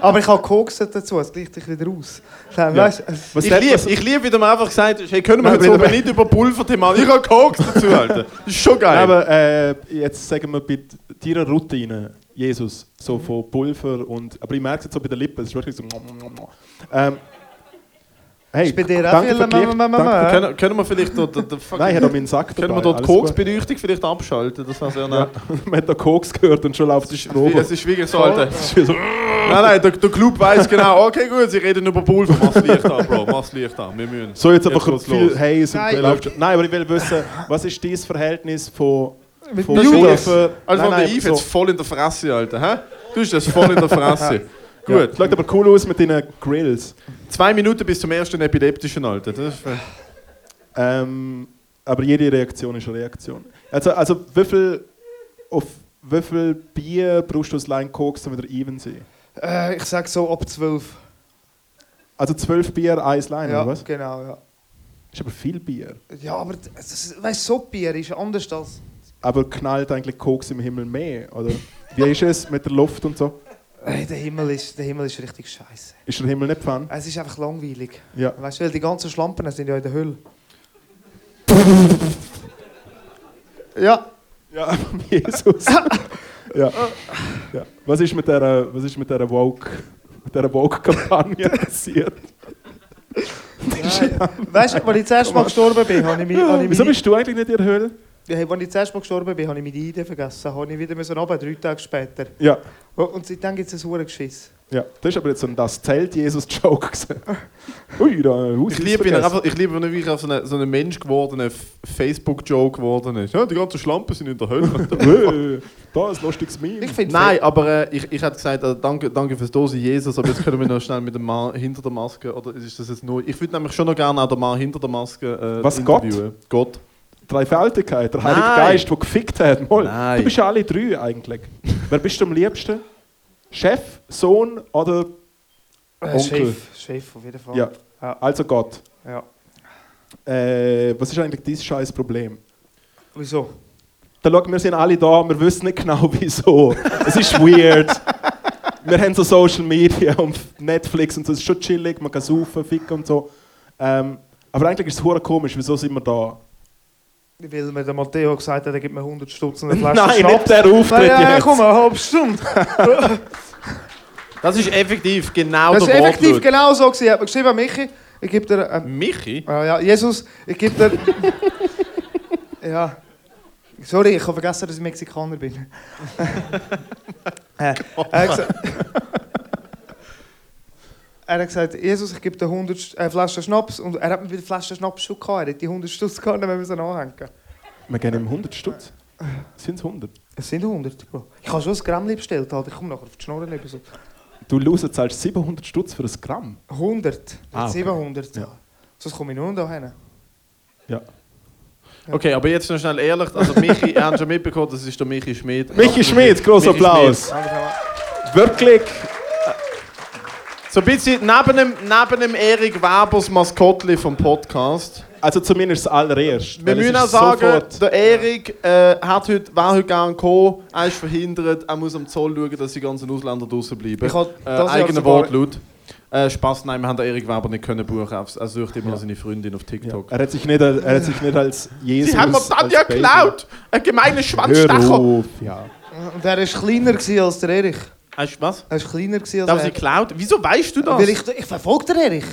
Aber ich habe gekokst dazu, es gleicht dich wieder aus. Dann, Ja. weißt, du, es- Was ich der- liebe, was- ich liebe, wie du mir einfach gesagt hast, hey, können wir Nein, jetzt oben bitte. nicht über Pulverthematik. Ich habe Koks dazu, Alter. Das ist schon geil. Aber äh, jetzt sagen wir bei deiner Routine, Jesus, Mhm. so von Pulver und. Aber ich merke es jetzt so bei den Lippen, es ist wirklich so. Ähm, hey, Ist bei dir auch danke viel- für die Licht, Mama, Mama, danke- Mama? können, können wir vielleicht dort. dort- dort- äh, Nein, ich habe meinen Sack dabei. können wir dort alles Koks-Beleuchtung vielleicht abschalten? Das war sehr nett. gut. Man hat da Koks gehört und schon läuft die Strom. Es ist halt, äh. wirklich so, Alter. Das ist so- Nein, nein, der, der Club weiß genau, okay, gut, sie reden über Pulver. Mach's Licht an, Bro, mach's Licht an. Wir müssen. So, jetzt einfach geht's viel los. Haze und Nein. dann läuft schon. Nein, aber ich will wissen, was ist dein Verhältnis von. mit von Judas. Pulver- Also, Nein, von der nein, Yves jetzt voll in der Fresse, Alter. Hä? Du bist jetzt voll in der Fresse. Ja. Gut, Schaut aber cool aus mit deinen Grills. zwei Minuten bis zum ersten epileptischen, Alter. Das ist, äh, Ähm, aber jede Reaktion ist eine Reaktion. Also, also wie, viel, auf wie viel Bier brauchst du als Line Koks, damit er even sein? Äh, ich sage so ab zwölf. Also zwölf Bier, eins Line, Ja, oder was? genau, ja. Ist aber viel Bier. Ja, aber das- das- weißt, so Bier ist anders als. Aber knallt eigentlich Koks im Himmel mehr, oder? Wie ist es mit der Luft und so? Ey, der, Himmel ist, der Himmel ist richtig scheiße. Ist der Himmel nicht fun? Es ist einfach langweilig. Ja. Weißt du, weil die ganzen Schlampen sind ja in der Hölle. ja, Ja, Jesus. ja. ja. Was ist mit dieser, was ist mit dieser Woke, mit dieser Woke-Kampagne passiert? weißt du, als ich zuerst mal gestorben bin, habe ich mich. Hab ich Wieso mich bist du eigentlich nicht in der Höhle? hey, als ich zuerst mal gestorben bin, habe ich meine Idee vergessen. Habe ich wieder müssen runter, drei Tage später. Ja. Und seitdem gibt es ein Hurengeschiss. Ja, das ist aber jetzt ein Das Zelt Jesus-Joke. gewesen. Ui, da ein Haus. Ich liebe ihn einfach, ich liebe ihn wie er so ein so ein Mensch geworden, ein F- Facebook-Joke geworden ist. Ja, die ganzen Schlampen sind in der Hölle. Äh, Da ist ein lustiges Meme. Ich finde Nein, aber äh, ich, ich hätte gesagt, äh, danke, danke fürs Dose Jesus, aber jetzt können wir noch schnell mit dem Mann hinter der Maske, oder ist das jetzt nur... Ich würde nämlich schon noch gerne auch den Mann hinter der Maske äh, Was, interviewen. Gott? Dreifaltigkeit, der Heilige Nein. Geist, der gefickt hat. Mal, Nein. Du bist ja alle drei eigentlich. Wer bist du am liebsten? Chef, Sohn oder äh, Onkel. Chef, Chef auf jeden Fall. Ja. Ja. also Gott? ja. Äh, was ist eigentlich dein scheiß Problem? Wieso? Da schau, wir sind alle da, wir wissen nicht genau wieso. es ist weird. Wir haben so Social Media und Netflix und so, es ist schon chillig, man kann saufen, ficken und so. Ähm, aber eigentlich ist es hure komisch, wieso sind wir da? Weil mir der Matteo gesagt hat, er gibt mir 100 Stutz und eine Flasche Nein, Schnaps. nicht der Auftritt ja, ja, jetzt. komm, eine halbe Stunde. Das ist effektiv genau das ist der effektiv Wortlaut. genau so. gewesen. Er hat mir geschrieben, Michi, ich gebe dir... Ähm, Michi? ah, ja, Jesus, ich gebe dir... ja. Sorry, ich habe vergessen, dass ich Mexikaner bin. Äh, er, hat gesagt, er hat gesagt, Jesus, ich gebe dir 100 Sch- äh, Flaschen Schnaps. Und er hat mir wieder Flaschen Schnaps schon gehabt. Er hat die 100 Stutz gehabt, dann müssen wir sie anhängen. Wir geben ihm 100 Stutz. Sind es 100? Es sind 100, Bro. Ich habe schon ein Grammli bestellt, halt. ich komme nachher auf die Schnorren über so. Du Loser zahlst 700 Stutz für ein Gramm. 100, nicht Ah, okay. 700. Ja. Sonst komme ich nur noch hin. Ja. Okay, aber jetzt noch schnell ehrlich, also Michi, ihr habt schon mitbekommen, das ist der Michi Schmid. Michi Schmidt, großer Michi Applaus. Wirklich. So ein bisschen neben dem, neben dem Erik Webers Maskottli vom Podcast. Also zumindest das allererst. Wir weil es müssen ist auch sagen, sofort- der Erik äh, hat heute, war heute gerne gekommen, er ist verhindert, er muss am Zoll schauen, dass die ganzen Ausländer draußen bleiben. Ich hab Eh, äh, das Jahr eigener sogar- Wortlaut. Äh, Spaß, nein, wir haben den Erik Weber nicht können buchen. aufs- Er sucht immer noch seine Freundin auf TikTok. er, hat sich nicht, als- er hat sich nicht als Äh, Jesus. Sie haben mir als Tanja Baby- geklaut! Ein gemeiner Hör Schwanzstecher! auf, ja. Und er war kleiner gewesen als der Erich. Hast du was? Er war kleiner gewesen als Da haben sie er. geklaut? Wieso weißt du das? Weil ich, ich verfolge den Erich.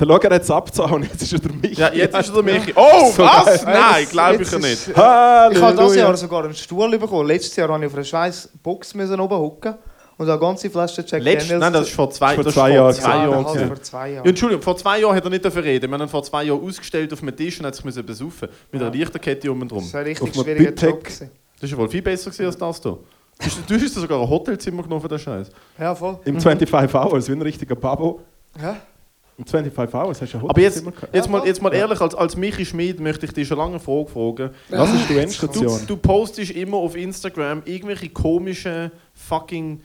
Der Lager hat es abgehauen, jetzt ist er der Michi. ja, jetzt ist er der Michi. Oh, So was? geil. Nein, Jetzt- glaube ich jetzt ja nicht. ist- Ich Halleluja. habe dieses Jahr sogar einen Stuhl bekommen. Letztes Jahr musste ich auf einer scheiß Box müssen oben hocken und eine ganze Flasche Jack Letzt, nou, nein, das ist vor zwei, Vor das ist zwei vor Jahren zwei gewesen. Jahren. Ja, gewesen. vor zwei Ja, Jahren. Entschuldigung, vor zwei Jahren hat er nicht dafür reden. Wir haben ihn vor zwei Jahren ausgestellt auf einem Tisch und hat sich müssen besaufen. Mit einer Lichterkette um und drum. Das war ein Auf richtig einem schwieriger Big-Tech. Job. gewesen. Das ist ja wohl viel besser gewesen als das hier. Bist Du du hast dir sogar ein Hotelzimmer genommen für den Scheiß. Ja, voll. Im 25 Hours, wie ein richtiger Babo. Ja. Im 25 Hours hast du ja Aber jetzt, jetzt, Ja, mal, voll. jetzt mal ehrlich, als, als Michi Schmid möchte ich dich schon lange eine Frage fragen. Was ist die Du, Endstation? du postest immer auf Instagram irgendwelche komischen fucking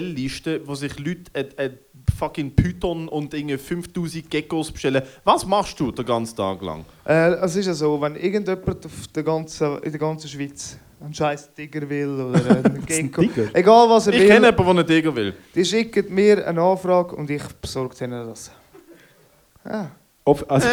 Bestelllisten, wo sich Leute äh, äh, fucking Python und irgendwie 5000 Geckos bestellen. Was machst du den ganzen Tag lang? Äh, es ist ja so, wenn irgendjemand auf der ganzen, in der ganzen Schweiz einen scheiß Tiger will oder einen Gecko, Tiger? egal was er Ich kenne will, jemanden, der einen Tiger will. die schicken mir eine Anfrage und ich besorge ihnen das. Ob- also,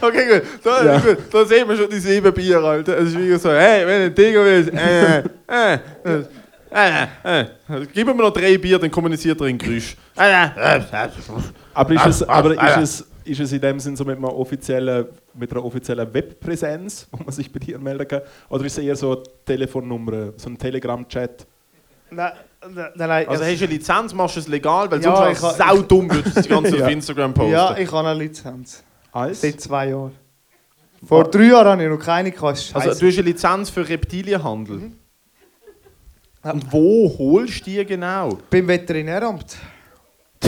Okay, gut. Da, Ja. gut. da sehen wir schon die sieben Bier, Alter. Es ist wie so, hey, wenn du einen Tiger willst, äh, äh, äh, äh, äh. Gib mir noch drei Bier, dann kommuniziert er in Grüsch. Äh, äh, äh. aber ist es, aber ist es, ist es in dem Sinn so mit einer offiziellen, mit einer offiziellen Webpräsenz, wo man sich bei dir melden kann? Oder ist es eher so eine Telefonnummer, so ein Telegram-Chat? Nein, nein, nein. Also hast du eine Lizenz, machst du es legal, weil Ja, sonst ich wäre es kann- sau dumm, würdest du das Ganze Ja. auf Instagram posten. ja, ich habe eine Lizenz. Als? Seit zwei Jahren. Vor drei Jahren habe ich noch keine gehabt. also Scheiße. du hast eine Lizenz für Reptilienhandel. Und wo holst du die genau? beim Veterinäramt.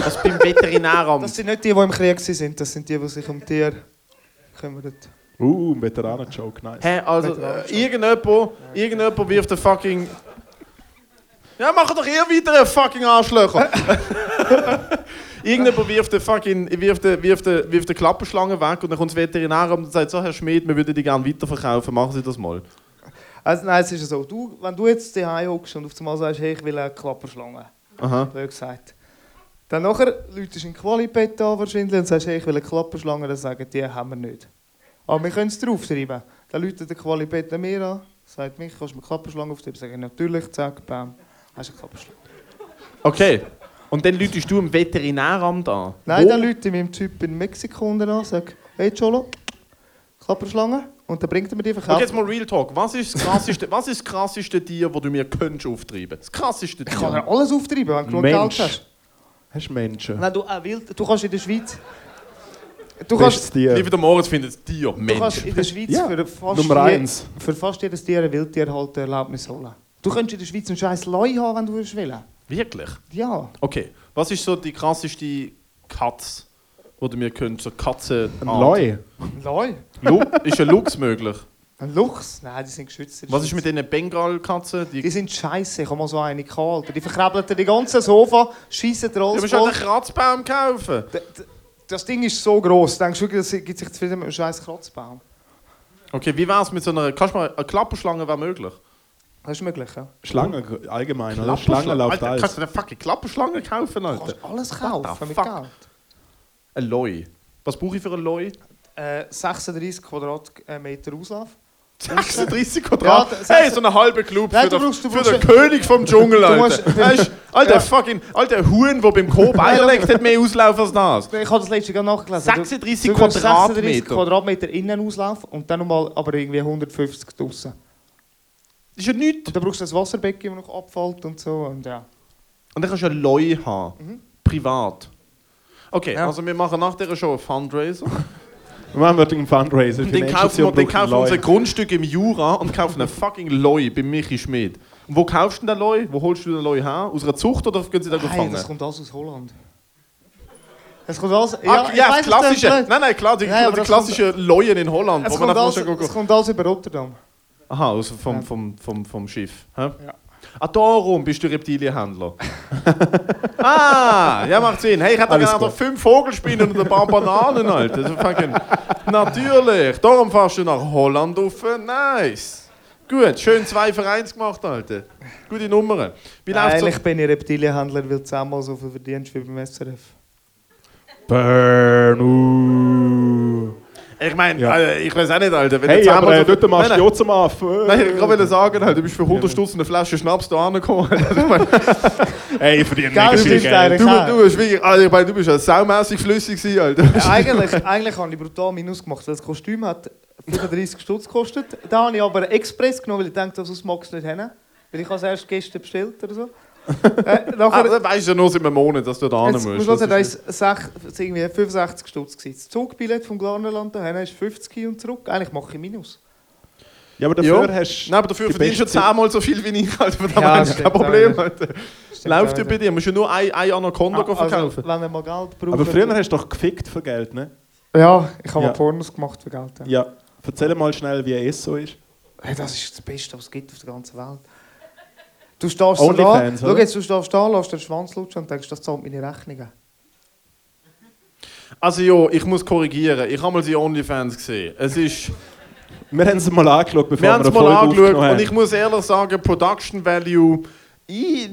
Also beim Veterinäramt. Das sind nicht die, die im Krieg sind, das sind die, die sich um Tier kümmern. Uh, ein Veteranen-Joke, nice. Hä, also, äh, irgendjemand, irgendjemand wirft den fucking. Ja, mach doch ihr wieder, ihr fucking Arschlöcher! irgendjemand wirft den fucking. wirft den, wirft den, wirft den Klapperschlange weg und dann kommt das Veterinäramt und sagt so, Herr Schmidt, wir würden die gerne weiterverkaufen, machen Sie das mal. Also nein, es ist ja so, du, wenn du jetzt daheim hockst und auf einmal sagst, hey, ich will eine Klapperschlange. Aha. blöd gesagt. Dann nachher läutest du in Qualipet an wahrscheinlich und sagst, hey, ich will eine Klapperschlange, dann sagen die, haben wir nicht. Aber wir können es draufschreiben. Dann läutet der Qualipet an mir an, sagt mich, kannst du mir eine Klapperschlange aufschreiben? Sag ich, natürlich, zack, bam, hast du eine Klapperschlange. Okay. Und dann läutest du im Veterinäramt an. Nein, Wo- dann läutet meinem Typ in Mexiko unten an, sag, hey, Cholo, Klapperschlange? Und dann bringt er mir die Und verkauft. jetzt mal Real Talk. Was ist das krasseste, was ist das krasseste Tier, das du mir könntest auftreiben? Das krasseste ich kann Tier. dir alles auftreiben, wenn du genug Geld Mensch. hast. Hast du Menschen? Nein, du, äh, wild, du kannst in der Schweiz. Du kannst, Bestes Tier. Lieber der Moritz findet das Tier. du kannst Mensch. in der Schweiz Ja, für, fast Nummer je- eins. für fast jedes Tier ein Wildtier halt eine Erlaubnis holen. Du könntest in der Schweiz einen scheiß Leu haben, wenn du würdest willst. Wirklich? Ja. Okay. Was ist so die krasseste Katze, die du mir könntest? So Katze. Ein Leu. Ein Leu? Ist ein Luchs möglich? Ein Luchs? Nein, die sind geschützt. in der Was ist Schweiz. mit diesen Bengal-Katzen? Die, Die sind scheiße, ich habe mal so eine gehabt. Die verkrabbeln dir die ganze Sofa, schießen dir du alles musst voll. halt einen Kratzbaum kaufen. D- d- Das Ding ist so gross. Denkst du wirklich, das gibt sich zufrieden mit einem scheiß Kratzbaum? Okay, wie wär's mit so einer. Kannst du mal eine Klapperschlange wäre möglich? Das ist möglich, ja? Schlangen allgemein, oder? Klapperschlange? Schlangen läuft Oh. Alter, Kannst alles. du eine fucking Klapperschlange kaufen, Du Alter? kannst alles What the kaufen mit fuck? Geld. Ein Leu. Was brauche ich für ein Leu? Äh, 36 Quadratmeter Auslauf. 36 Quadrat. Ja, das- hey, so eine halbe Club Nein, für, du den- brauchst- du für brauchst- den König vom Dschungel, Du Alter. musst- Weißt, alter, Ja. fucking, alter Huhn, der beim Coop eierlegt, hat mehr Auslauf als das. Ich habe das letzte gerade nachgelesen. Du- 36 du brauchst Quadratmeter. Quadratmeter Innenauslauf und dann nochmal aber irgendwie 150 draussen. Das ist ja nichts. Und dann brauchst du das Wasserbecken, das noch abfällt und so. Und ja. Und dann kannst du ein Leu haben. Privat. Okay, Mhm. Ja. also wir machen nach dieser Show einen Fundraiser. Wir machen wirklich einen Fundraiser. Und dann kaufen wir, dann kaufen wir unser Grundstück im Jura und kaufen einen fucking Leu bei Michi Schmidt. Und wo kaufst du denn den Leu? Wo holst du den Leu her? Aus einer Zucht oder gehen sie da Hey, gefangen? das kommt alles aus Holland. Das kommt alles... Ah, ja, ich weiss, das es klingt klassische. blöd. Nein, nein, klar, die, Ja, aber die das klassische Leuen in Holland. Es wo man kommt, einfach alles, schon gucken- es kommt alles über Rotterdam. Aha, also vom, Ja. vom, vom, vom Schiff. Hä? Ja. Ah, darum bist du Reptilienhändler. ah, ja, macht Sinn. Hey, ich hätte Alles gerne klar. noch fünf Vogelspinnen und ein paar Bananen, Alter. Das ist fucking... Natürlich. Darum fährst du nach Holland rauf. Nice. Gut, schön zwei Vereins gemacht, Alter. Gute Nummern. Wie läuft's so- Eigentlich bin ich Reptilienhändler, weil du zehnmal so viel verdienst wie beim SRF. Burn. Ich meine, Ja. äh, ich weiß auch nicht, Alter. Wenn Hey, du aber zehnmal äh, so- dort machst Nein, nein. du Jotzen mal auf. Nein, ich wollte Äh, gerade sagen, halt, du bist für 100 Stutz eine Flasche Schnaps da angekommen. Also, ich meine, Hey, ich verdiene Geld mega ist viel Geld. eigentlich- du, Ja. du, bist wirklich, also, ich meine, du bist ja saumässig flüssig gewesen, Alter. Ja, eigentlich, eigentlich habe ich brutal Minus gemacht, weil das Kostüm hat 35 Stutz gekostet. Da habe ich aber Express genommen, weil ich dachte, das mag es nicht haben. Weil ich habe es erst gestern bestellt oder so. äh, Aber nachher, dann weisst du ja nur seit einem Monat, dass du da hin jetzt, musst. muss Das also, da ist- ist sech- es irgendwie 65 Stutz. gewesen. Das Zugbillett vom Glarnerland dahin ist 50 und zurück. Eigentlich mache ich Minus. Ja, aber dafür Ja. hast Nein, aber dafür die verdienst du beste- zehnmal so viel wie ich, Alter. Von dem Ja, ja, hast du kein stimmt, Problem, ja. Alter. Stimmt Läuft ja auch bei wieder. dir. Musst du nur ein, ein Anaconda verkaufen. also, wenn er mal Geld braucht. Aber früher hast du doch gefickt für Geld, ne? Ja, ich habe Ja. mal Pornos gemacht für Geld. Ja. Ja. Erzähl mal schnell, wie es so ist. Hey, das ist das Beste, was es gibt auf der ganzen Welt. Du stehst so da, Onlyfans, schau oder? jetzt, du stehst da, lässt den Schwanz lutschen und denkst, das zahlt meine Rechnungen. Also, jo, ich muss korrigieren. Ich habe mal die Onlyfans gesehen. Es ist. Wir haben es mal angeschaut, bevor Wir haben es eine mal Folge angeschaut aufgenommen und ich muss ehrlich sagen, Production Value. Ich,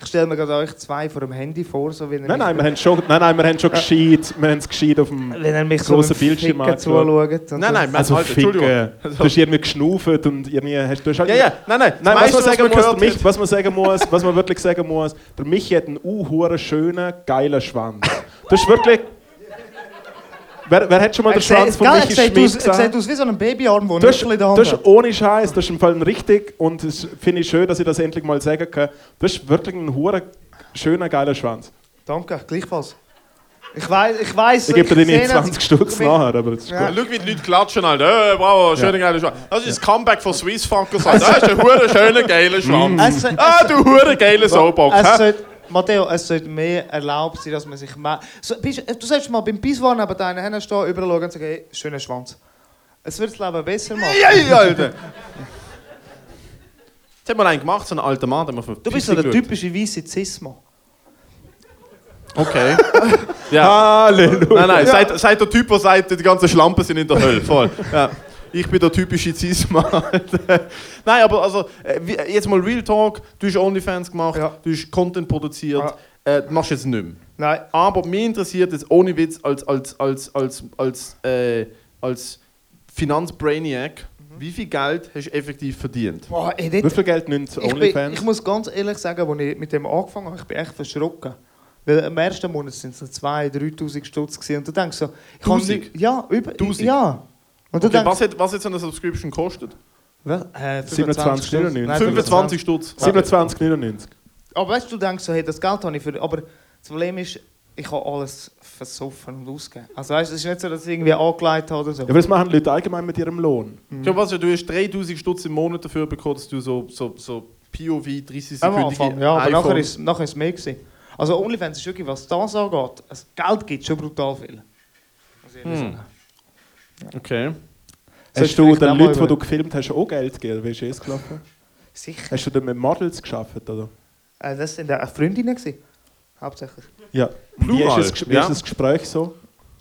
Ich stelle mir gerade euch zwei vor dem Handy vor, so wie er Nein, nein, mich, wir haben schon, nein, nein, wir haben schon gescheit, wir haben es gescheit auf dem... wenn er mich so grossen mit dem Bildschirm Ficken angeschaut. zuschaut. und Nein, nein, so. man- Also Alter, ficken. halt- Entschuldigung. Du hast irgendwie geschnauft und irgendwie hast du hast halt ja, ja, nein, nein. das Nein, was meiste, man, sagen man muss, gehört der Mich, hat- was man sagen muss, was man wirklich sagen muss, der Michi hat einen unhuren schönen, geilen Schwanz. Das ist wirklich. Wer, wer hat schon mal Er den Schwanz sieht- von gell, er Michi sieht Schmidt aus- er sieht gesehen? aus wie so ein Babyarm, wo ein Das, Nüppel in der Hand das hat. ist ohne Scheiß, das ist im Fall richtig und das finde ich schön, dass ich das endlich mal sagen kann. Das ist wirklich ein hure schöner, geiler Schwanz. Danke, gleichfalls. Ich weiß, ich weiß. Ich gebe dir sehe deine es. 20 Stück bin- nachher, aber das ist Ja. gut. Schau, wie die Leute klatschen, halt. Alter. Äh, bravo, schöner geiler Schwanz. Das ist das Comeback von Swissfuckers, Alter. Das ist ein hure schöner geiler Schwanz. Es soll- Ah, du hure geile Oh, Soulbox. Es hä? sollte, Matteo, es sollte mehr erlaubt sein, dass man sich mehr... So, bist, du solltest mal beim Pissoir neben deinen Händen stehen, überall schauen und sagen, hey, schöner Schwanz. Es wird das Leben besser machen. Ei, Alter! Jetzt hat man einen gemacht, so einen alten Mann, der mir Du bist so der typische weiße Zisma. Okay. ja. Halleluja! Nein, nein, seid, seid der Typ, der sagt, die ganzen Schlampen sind in der Hölle. Voll. Ja. Ich bin der typische Zisma. Alter. nein, aber also, äh, wie- jetzt mal Real Talk. Du hast OnlyFans gemacht, Ja. du hast Content produziert. Äh, du machst jetzt nicht mehr. Nein, Aber mich interessiert es ohne Witz als, als, als, als, als, äh, als Finanzbrainiac, Mhm. wie viel Geld hast du effektiv verdient? boah, ey, Wie dort, viel Geld nimmt ich, bin, OnlyFans? ich muss ganz ehrlich sagen, als ich mit dem angefangen habe, ich bin echt verschrocken. Weil am ersten Monat waren es 2'000, 3'000 Stutz. gewesen. Und du denkst so... Ich kann Tausend? nicht- Ja, über... Tausend? Ja. Und dann Okay, denkst was, hat, was hat so eine Subscription gekostet? Was? Äh, 27,99. 25 Stutz. 27,99. Aber weißt du, du denkst so, hey, das Geld habe ich für. Aber das Problem ist, ich habe alles versoffen und ausgegeben. Also weißt du, es ist nicht so, dass ich irgendwie angelegt habe oder so. Ja, aber das machen die Leute allgemein mit ihrem Lohn. Ich glaube, also, du hast 3000 Stutz im Monat dafür bekommen, dass du so, so, so POV 30 Am Anfang, ja, aber nachher iPhone- ist, nachher ist es mehr gewesen. Also OnlyFans ist wirklich, was das angeht, das Geld gibt schon brutal viel. Muss ich ehrlich Hm. sagen. Okay. Hast Solltest du vielleicht auch den mal Leuten, die über- du gefilmt hast, auch Geld gegeben? Wie ist es gelaufen? Sicher. Hast du dann mit Models geschafft, oder? Äh, das sind ja Freundinnen gewesen. Hauptsächlich. Ja. Wie ist Plural, das, Ges- wie ja. ist das Gespräch so?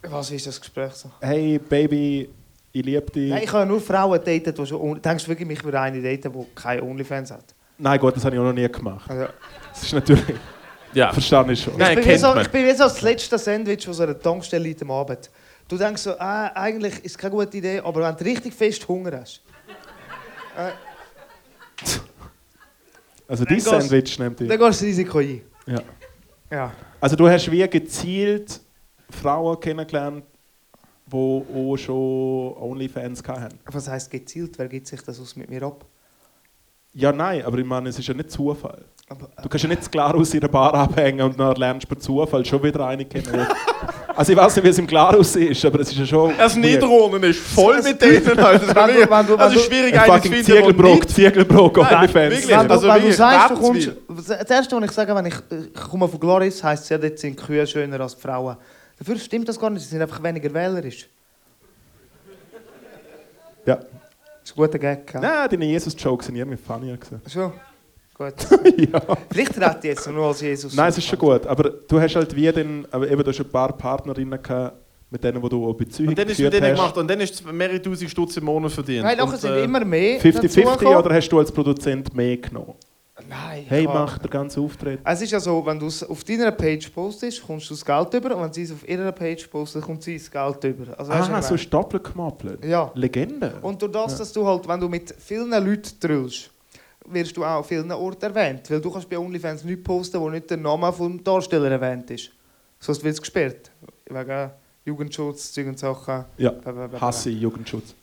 Was ist das Gespräch so? Hey, Baby, ich liebe dich. Nein, ich habe ja nur Frauen datet, die schon. Only- Denkst du wirklich, mich würde eine daten, die keine OnlyFans hat? Nein, gut, das habe ich auch noch nie gemacht. Also, Das ist natürlich... Ja. Verstehe ich schon. Nein. ich, bin wie kennt so, man. ich bin wie so das letzte Sandwich aus einer Tankstelle heute am Abend. Du denkst so, ah, eigentlich ist es keine gute Idee, aber wenn du richtig fest Hunger hast, Also dein Dann geht's- Sandwich nimmt dann dich. gehst du das Risiko ein. Ja. Ja. Also du hast wie gezielt Frauen kennengelernt, die auch schon Onlyfans hatten. Was heisst gezielt? Wer gibt sich das aus mit mir ab? Ja, nein, aber ich meine, es ist ja nicht Zufall. Aber, äh, Du kannst ja nicht klar aus ihrer Bar abhängen und dann lernst du per Zufall schon wieder eine kennen. also ich weiß nicht, wie es im Glarus ist, aber es ist ja schon... Das weird. Niederrohnen ist voll mit denen. halt. Alter. Das Wenn du- wenn du- also wenn du- schwierig, Ein einen zu fucking finden, der Ziegelbrock, nicht- Ziegelbrock Nein, Onlyfans. wirklich. wenn du, also wenn du wie sagst, du kommst. Rapswil. Das Erste, was ich sage, wenn ich, äh, ich komme von Gloris, heisst es ja, dort sind Kühe schöner als die Frauen. Dafür stimmt das gar nicht, sie sind einfach weniger wählerisch. Ja. Das ist ein guter Gag. gell? Nein, deine Jesus-Jokes sind irgendwie funnier gewesen. Schon? Gut. ja. Vielleicht rede ich jetzt nur als Jesus. Nein, es ist schon gut, aber du hast halt wie den, aber eben du hast ein paar Partnerinnen gehabt, mit denen, wo du auch Beziehungen Und dann ist mit geführt denen hast. gemacht und dann ist es mehrere tausend Stutz im Monat verdient. Nein, nachher Und, sind äh, immer mehr. 50-50 dazugekommen. oder hast du als Produzent mehr genommen? Nein. Hey, ich hab- mach den ganzen Auftritt. Es ist ja so, wenn du es auf deiner Page postest, kommst du das Geld über. Und wenn sie es auf ihrer Page postet, kommt sie das Geld über. Also, weisst du, Ah, was ich so ist doppelt gemoppelt. meine? Ja. Legende. Und durch das, dass du halt, wenn du mit vielen Leuten trillst, wirst du auch an vielen Orten erwähnt. Weil du kannst bei OnlyFans nichts posten, wo nicht der Name vom Darsteller erwähnt ist. Sonst wird es gesperrt. Wegen Jugendschutz, Zeug und Sachen. ja, Blablabla. hasse ich Jugendschutz.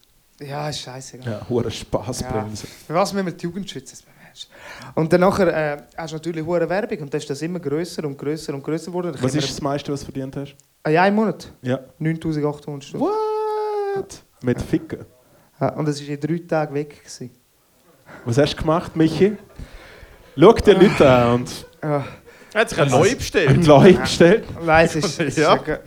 Ja, ist scheißegal. Ja, hoher Spaßbremse. Für was müssen wir die Jugend schützen? das bemerkst du. Und dann nachher, äh, hast du natürlich hohe Werbung und dann ist das immer grösser und grösser und grösser geworden. Dann Was können ist das meiste, was du verdient hast? wir- Ja, einen Monat. Ja. 9800 Stunden. What? Mit Ficken. Ja, Und das war in drei Tagen weg. Gewesen. Was hast du gemacht, Michi? Schau dir Leute an und Ja. Er hat sich eine neue bestellt. einen Leute bestellt. Nein, es ist, es, Ja. ist eine,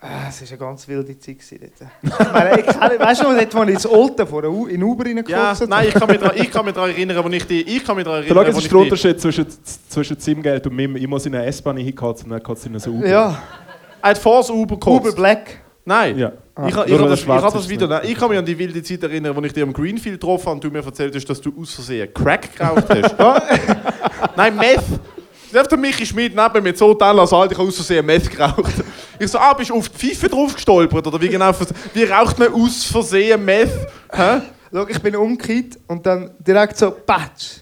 Ah, es ist eine ganz wilde Zeit. gewesen Dort. Ich meine, ich kenne, weißt du noch nicht, als ich ins Olten vor der U in Uber reingekotzt Ja, nein, ich kann mich daran- ich kann mich daran erinnern, wo ich die. Ich kann mich daran Schau, erinnern, es wo ist ich der die. Unterschied zwischen, zwischen seinem Geld und meinem. Ich muss in eine S-Bahn hinkotzen und dann kotzt in eine Uber. Ja, Er hat vor das Uber gekauft. Uber Black. Nein. ja. Ah, Ich, ha- ich, Nur ha das, weil er ich schwarz ha das ist, wieder. ne? Nein, ich kann mich an die wilde Zeit erinnern, wo ich dich am Greenfield getroffen habe und du mir erzählt hast, dass du aus Versehen Crack gekauft hast. Nein, Meth. Selbst der Michi Schmid neben mir so dann als alt, ich habe aus Versehen Meth geraucht. Ich so, ah, bist du auf die Pfeife drauf gestolpert? Oder wie genau? vers- Wie raucht man aus Versehen Meth? Hä? Schau, ich bin umgekehrt und dann direkt so, patsch.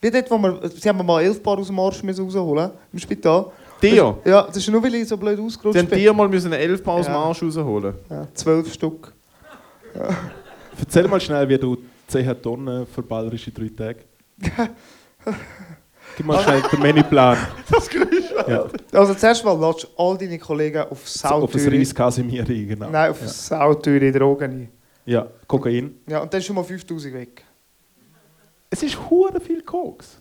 Wie dort, wo wir, sie haben mir mal elf Paar aus dem Arsch müssen rausholen im Spital. Dir. Ja, das ist nur, weil ich so blöd Sie ausgerutscht haben bin. dir mal müssen einen Elfbar aus dem Ja. Arsch rausholen Ja, zwölf Stück. Erzähl mal schnell, wie du 10 Tonnen verballerst in drei Tagen. Gib mal schnell den Menüplan. Das ja. Also zuerst mal lässt du all deine Kollegen auf Auf ein sauteure... Reis Casimiri, genau. Nein, auf sauteure Drogen ein. Ja, Kokain. Ja, und dann ist schon mal 5000 weg. Es ist hure viel Koks.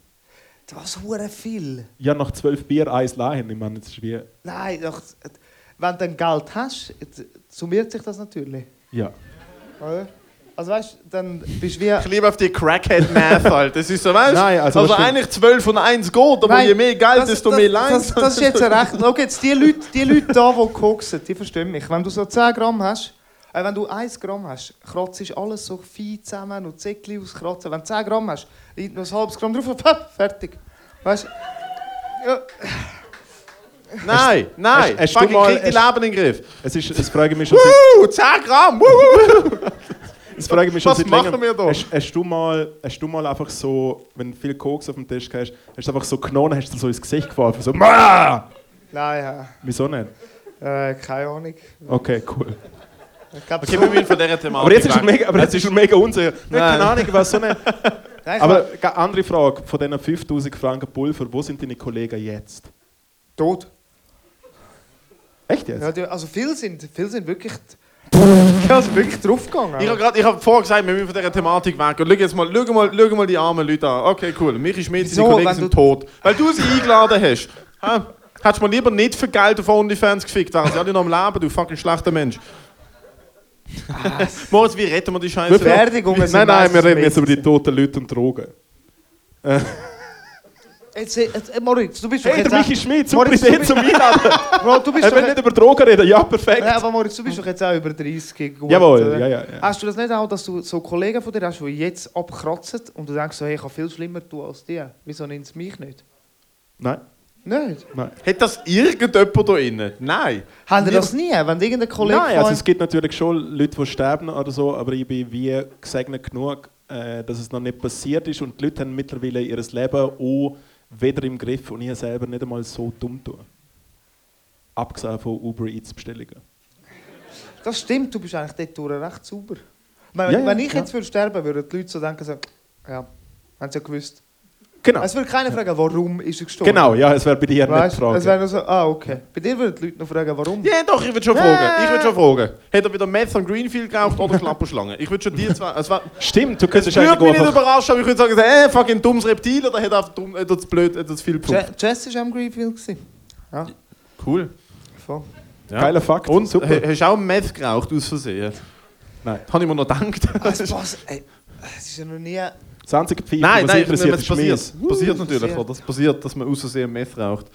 Das ist viel. Ja, nach zwölf Bier eins leihen, ich meine, das ist wie... Nein, doch, wenn du dann Geld hast, d- summiert sich das natürlich. Ja. Oder? Also weißt du, dann bist du wie... Ich liebe auf die Crackhead-Math halt. Das ist so, weißt du? Nein, also also, das stimmt. eigentlich 12 und 1 geht, aber Nein, je mehr Geld, desto mehr Leid. Das, das ist jetzt ein recht. Schau jetzt, die Leute, die Leute da, die koksen, die verstehen mich. Wenn du so 10 Gramm hast, äh, wenn du 1 Gramm hast, kratzt ist alles so fein zusammen und Zäckchen auskratzen. Wenn du 10 Gramm hast, liegt noch ein halbes Gramm drauf, pap, fertig. Weißt du? Ja, Nein, nein. hast- hast du Fucking mal- krieg die hast- Leben in den Griff. Es ist, es frage ich mich schon seit... Wuhu, 10 Gramm. Wuhu. Das frage ich mich schon Was seit machen längerem. wir da? Hast, hast, du mal, hast du mal einfach so, wenn viel Koks auf dem Tisch hast, hast du einfach so genommen, hast du so ins Gesicht geworfen, so «Mah!» nein, Wieso nicht? ja. Äh, keine Ahnung. Okay, cool. Ich glaube, Okay, wir müssen von dieser Thematik Aber jetzt ist er weg. mega, aber jetzt ist er mega unsicher. Nein. Nein. Keine Ahnung, was so eine. Nein, ich Aber glaub, eine andere Frage von diesen 5000 Franken Pulver, wo sind deine Kollegen jetzt? tot. Echt jetzt? Ja, die, also viele sind, viele sind wirklich, ja, sind wirklich draufgegangen. Ich habe gerade, ich habe vorher gesagt, wir müssen von dieser Thematik weg. Und schau jetzt mal, schau mal, schau mal die armen Leute an. Okay, cool. Michi Schmidt, Wieso? seine Kollegen Wenn sind du- tot. Weil du sie eingeladen hast. Hä? Hättest du mir lieber nicht für Geld auf OnlyFans gefickt, wären sie alle noch am Leben, du fucking schlechter Mensch. Moritz, wie retten wir die Scheiße? Beerdigungen Nein, nein, wir reden jetzt meistens über die toten Leute und Drogen. Jetzt, jetzt, jetzt, Moritz, du bist doch Hey, jetzt der Michi Schmidt, super Moritz, Idee du- zum Einladen. auch, Bro, du bist Er doch will nicht über Drogen reden, ja, perfekt. Nein, aber Moritz, du bist doch jetzt auch über 30. Gut, Jawohl, oder? ja, ja, ja. eh, Hast du das nicht auch, dass du so Kollegen von dir hast, die jetzt abkratzen und du denkst, so, hey, ich kann viel schlimmer tun als die. Wieso nimmt es mich nicht? Nein, Nicht? nein. Hat das irgendjemand da innen? Nein. Habt ihr das nie? Wenn irgendein Kollege Nein, von also euch- es gibt natürlich schon Leute, die sterben oder so, aber ich bin wie gesegnet genug, äh, dass es noch nicht passiert ist und die Leute haben mittlerweile ihr Leben auch wieder im Griff und ich habe selber nicht einmal so dumm tun. Abgesehen von Uber Eats Bestellungen. das stimmt, du bist eigentlich dort durch recht sauber. Wenn, Ja, ja, wenn ich ja. jetzt würde sterben, würden die Leute so denken, so, ja, haben sie ja gewusst. Genau. Es würde keiner fragen, warum ist er gestorben. Genau, ja, es wäre bei dir Weißt, nicht die es Frage. wäre nur so, ah, okay. Bei dir würden die Leute noch fragen, warum. Ja, doch, ich würde schon Ja. fragen. Ich würde schon fragen. Hat er wieder Meth und Greenfield geraucht oder Klapperschlangen? Ich würde schon die zwei. Es war, Stimmt, du könntest würde mich eigentlich nicht einfach... überraschen, aber ich würde sagen, äh, fucking dummes Reptil oder hat er dumm, hat er zu blöd, hat er zu viel Je Punkt. Jess war am Greenfield. gewesen. Ja, Cool. voll. Ja. Geiler Fakt, Und äh, super. ha- hast du auch Meth geraucht aus Versehen? Nein. Habe ich mir noch gedacht. Es passt, ey, Also, es ist ja noch nie... Das einzige Pfeifen, nein, was nein, interessiert, es ist Schmiss. passiert. Passiert natürlich, passiert. oder? Es passiert, dass man aus Versehen Meth raucht.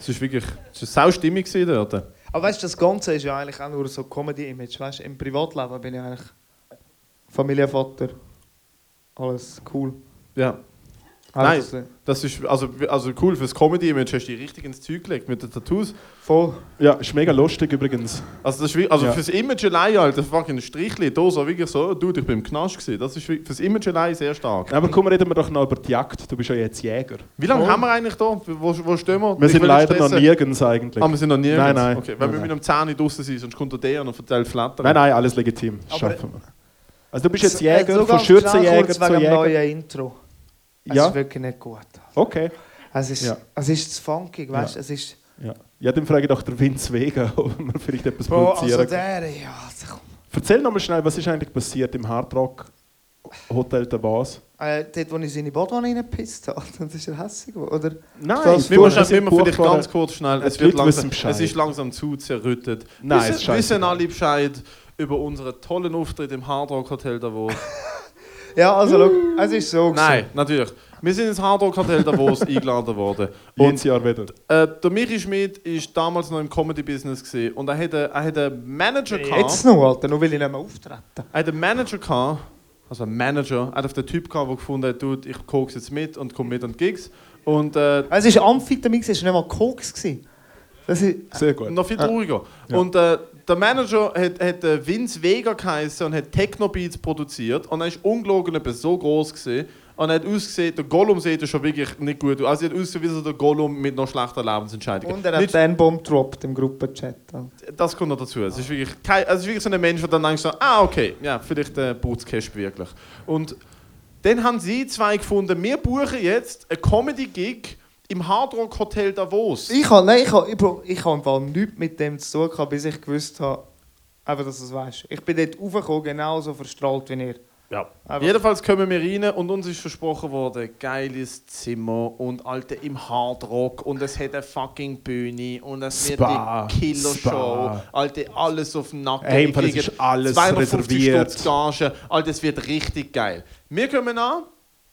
Es ist wirklich, es ist sau stimmig gewesen dort. Aber weißt du, das Ganze ist ja eigentlich auch nur so Comedy-Image. Weißt du, im Privatleben bin ich eigentlich Familienvater. Alles cool. Ja. Alles Das ist, also, also cool, fürs Comedy-Image hast du dich richtig ins Zeug gelegt mit den Tattoos. Voll. Ja, ist mega lustig übrigens. Also, das ist, wie- also Ja. fürs Image allein, Alter, fucking Strichli, da so, wirklich so, du, ich bin im Knast gewesen. Das ist wie- fürs Image allein sehr stark. Aber komm, reden wir doch noch über die Jagd. Du bist ja jetzt Jäger. Wie lange Voll. haben wir eigentlich da? Wo, wo stehen wir? Wir Ich sind will leider noch stressen. nirgends eigentlich. Ah, wir sind noch nie. Nein, nein. Okay, weil Nein, wir mit einem Zähne draußen sind, sonst kommt der und erzählt Flatter. Nein, nein, alles legitim. Das Aber- Schaffen wir. Also du bist jetzt äh, Jäger, von Schürzenjäger zu wegen dem Jäger. neuen Intro. Es Ja, ist wirklich nicht gut. okay. Es ist, Ja. es ist zu funkig, weißt du? Es ist... Ja. ja, dann frage ich doch der Vince Wegen, ob wir vielleicht etwas Bro, produzieren können. also der, ja... also komm. Erzähl nochmal schnell, was ist eigentlich passiert im Hard Rock Hotel der Bas? Äh, dort, wo ich seine Badwanne reingepisst habe, dann ist er hässlich geworden. Oder? Nein, Das Wir Du, müssen das wir sind vielleicht furchtbare- ganz kurz schnell. Es, Die wird Leute langsam, wissen Bescheid. es ist langsam zu zerrüttet. Nein, es ist wissen, scheiße. wissen alle Bescheid über unseren tollen Auftritt im Hard Rock Hotel Davos? Ja, also, schau, es ist so. Nein, natürlich. Wir sind ins Hard Rock Hotel Davos eingeladen worden. Und Jedes Jahr wieder. äh, der Michi Schmidt war damals noch im Comedy Business gewesen. und er hatte, er hatte einen Manager gewesen. gehabt. Jetzt noch, Alter, nur will ich nicht mehr auftreten. Er hat einen Manager gehabt, also einen Manager, er hat auf den Typ gehabt, der gefunden hat, Dude, ich kokse jetzt mit und komme mit an die Gigs. Und äh, Es ist Amphetamin, es war nicht mal Koks. gewesen. Das ist, Sehr gut. Noch viel trauriger. Ja. Und äh, der Manager hat, hat äh, Vince Vega geheißen und hat Techno-Beats produziert. Und er ist ungelogen etwa so groß gesehen. Und er hat ausgesehen, der Gollum sieht ja schon wirklich nicht gut aus. Also er hat ausgesehen wie so der Gollum mit noch schlechter Lebensentscheidung. Und er hat Nicht- den Bomb gedroppt im Gruppenchat. Alter. Das kommt noch dazu. Es ist wirklich, kein, es ist wirklich so ein Mensch, der dann denkt so, ah okay, ja, vielleicht äh, braucht es Cash wirklich. Und dann haben sie zwei gefunden, wir buchen jetzt einen Comedy-Gig im Hard Rock Hotel Davos. Ich habe nein, ich habe ich, Bro, ich habe im Fall nichts mit dem zu tun gehabt, bis ich gewusst habe, einfach, dass du es weißt. Ich bin dort raufgekommen, genauso verstrahlt wie ihr. Ja. Aber- Jedenfalls kommen wir rein und uns ist versprochen worden, geiles Zimmer und alte im Hardrock und es hat eine fucking Bühne und es wird Spa, die Killer-Show. Spa. Alte, alles auf dem Nacken. Hey, Ihr es kriegt ist alles 250 reserviert. Stutz Gage. Alter, es wird richtig geil. Wir kommen an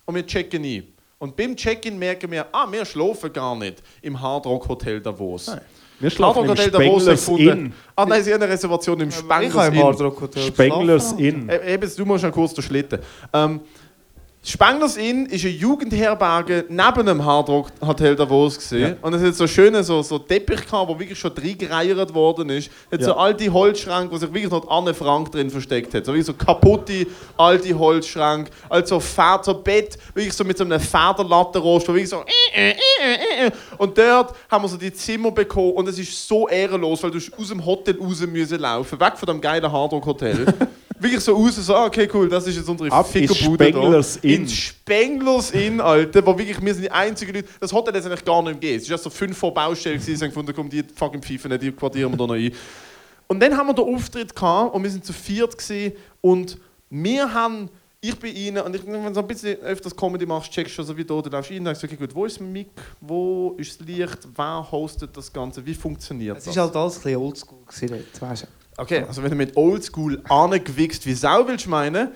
und wir checken ein. Und beim Check-in merken wir, ah, wir schlafen gar nicht im Hardrock Hotel Davos. Nein. Wir Hardrock schlafen im Spenglers Inn. Ah nein, sie haben eine Reservation im Spenglers ich habe im Inn. Äh, Hardrock Hotel Spenglers geschlafen. Inn. Eben, du musst ja kurz den Schlitten. Ähm, Spenglers Inn ist eine Jugendherberge neben dem Hard Rock Hotel Davos. Gewesen. Und es hat so schöne so, so Teppich gehabt, wo wirklich schon reingereiert worden ist. Hat so Ja. alte Holzschränke, wo sich wirklich noch die Anne Frank drin versteckt hat. So wie so kaputte alte Holzschränke. Also Feder, so Bett, wirklich so mit so einem Federlattenrost, wo wirklich so. äh, Und dort haben wir so die Zimmer bekommen und es ist so ehrenlos, weil du hast aus dem Hotel raus müssen laufen, weg von dem geilen Hard Rock Hotel. wirklich so raus, so, ah, okay, cool, das ist jetzt unsere Ab ins Fickerbude da. Spenglers Inn. Ins Spenglers Inn, Alter, wo wirklich, wir sind die einzigen Leute, das Hotel hat es eigentlich gar nicht mehr gegeben. Es war erst so fünf vor Baustelle, gewesen, sie haben gefunden, komm, die fucking Pfeifen, die quartieren wir da noch ein. Und dann haben wir den Auftritt gehabt und wir sind zu viert gewesen, und wir haben, ich bin rein und ich, wenn du so ein bisschen öfters Comedy machst, checkst du schon so wie da, du läufst rein und denkst, okay gut, wo ist mein Mic, wo ist das Licht, wer hostet das Ganze, wie funktioniert Es das? ist halt alles ein bisschen oldschool gewesen, dort, weißt du. Okay, also wenn du mit Oldschool angewichst wie Sau willst meinen,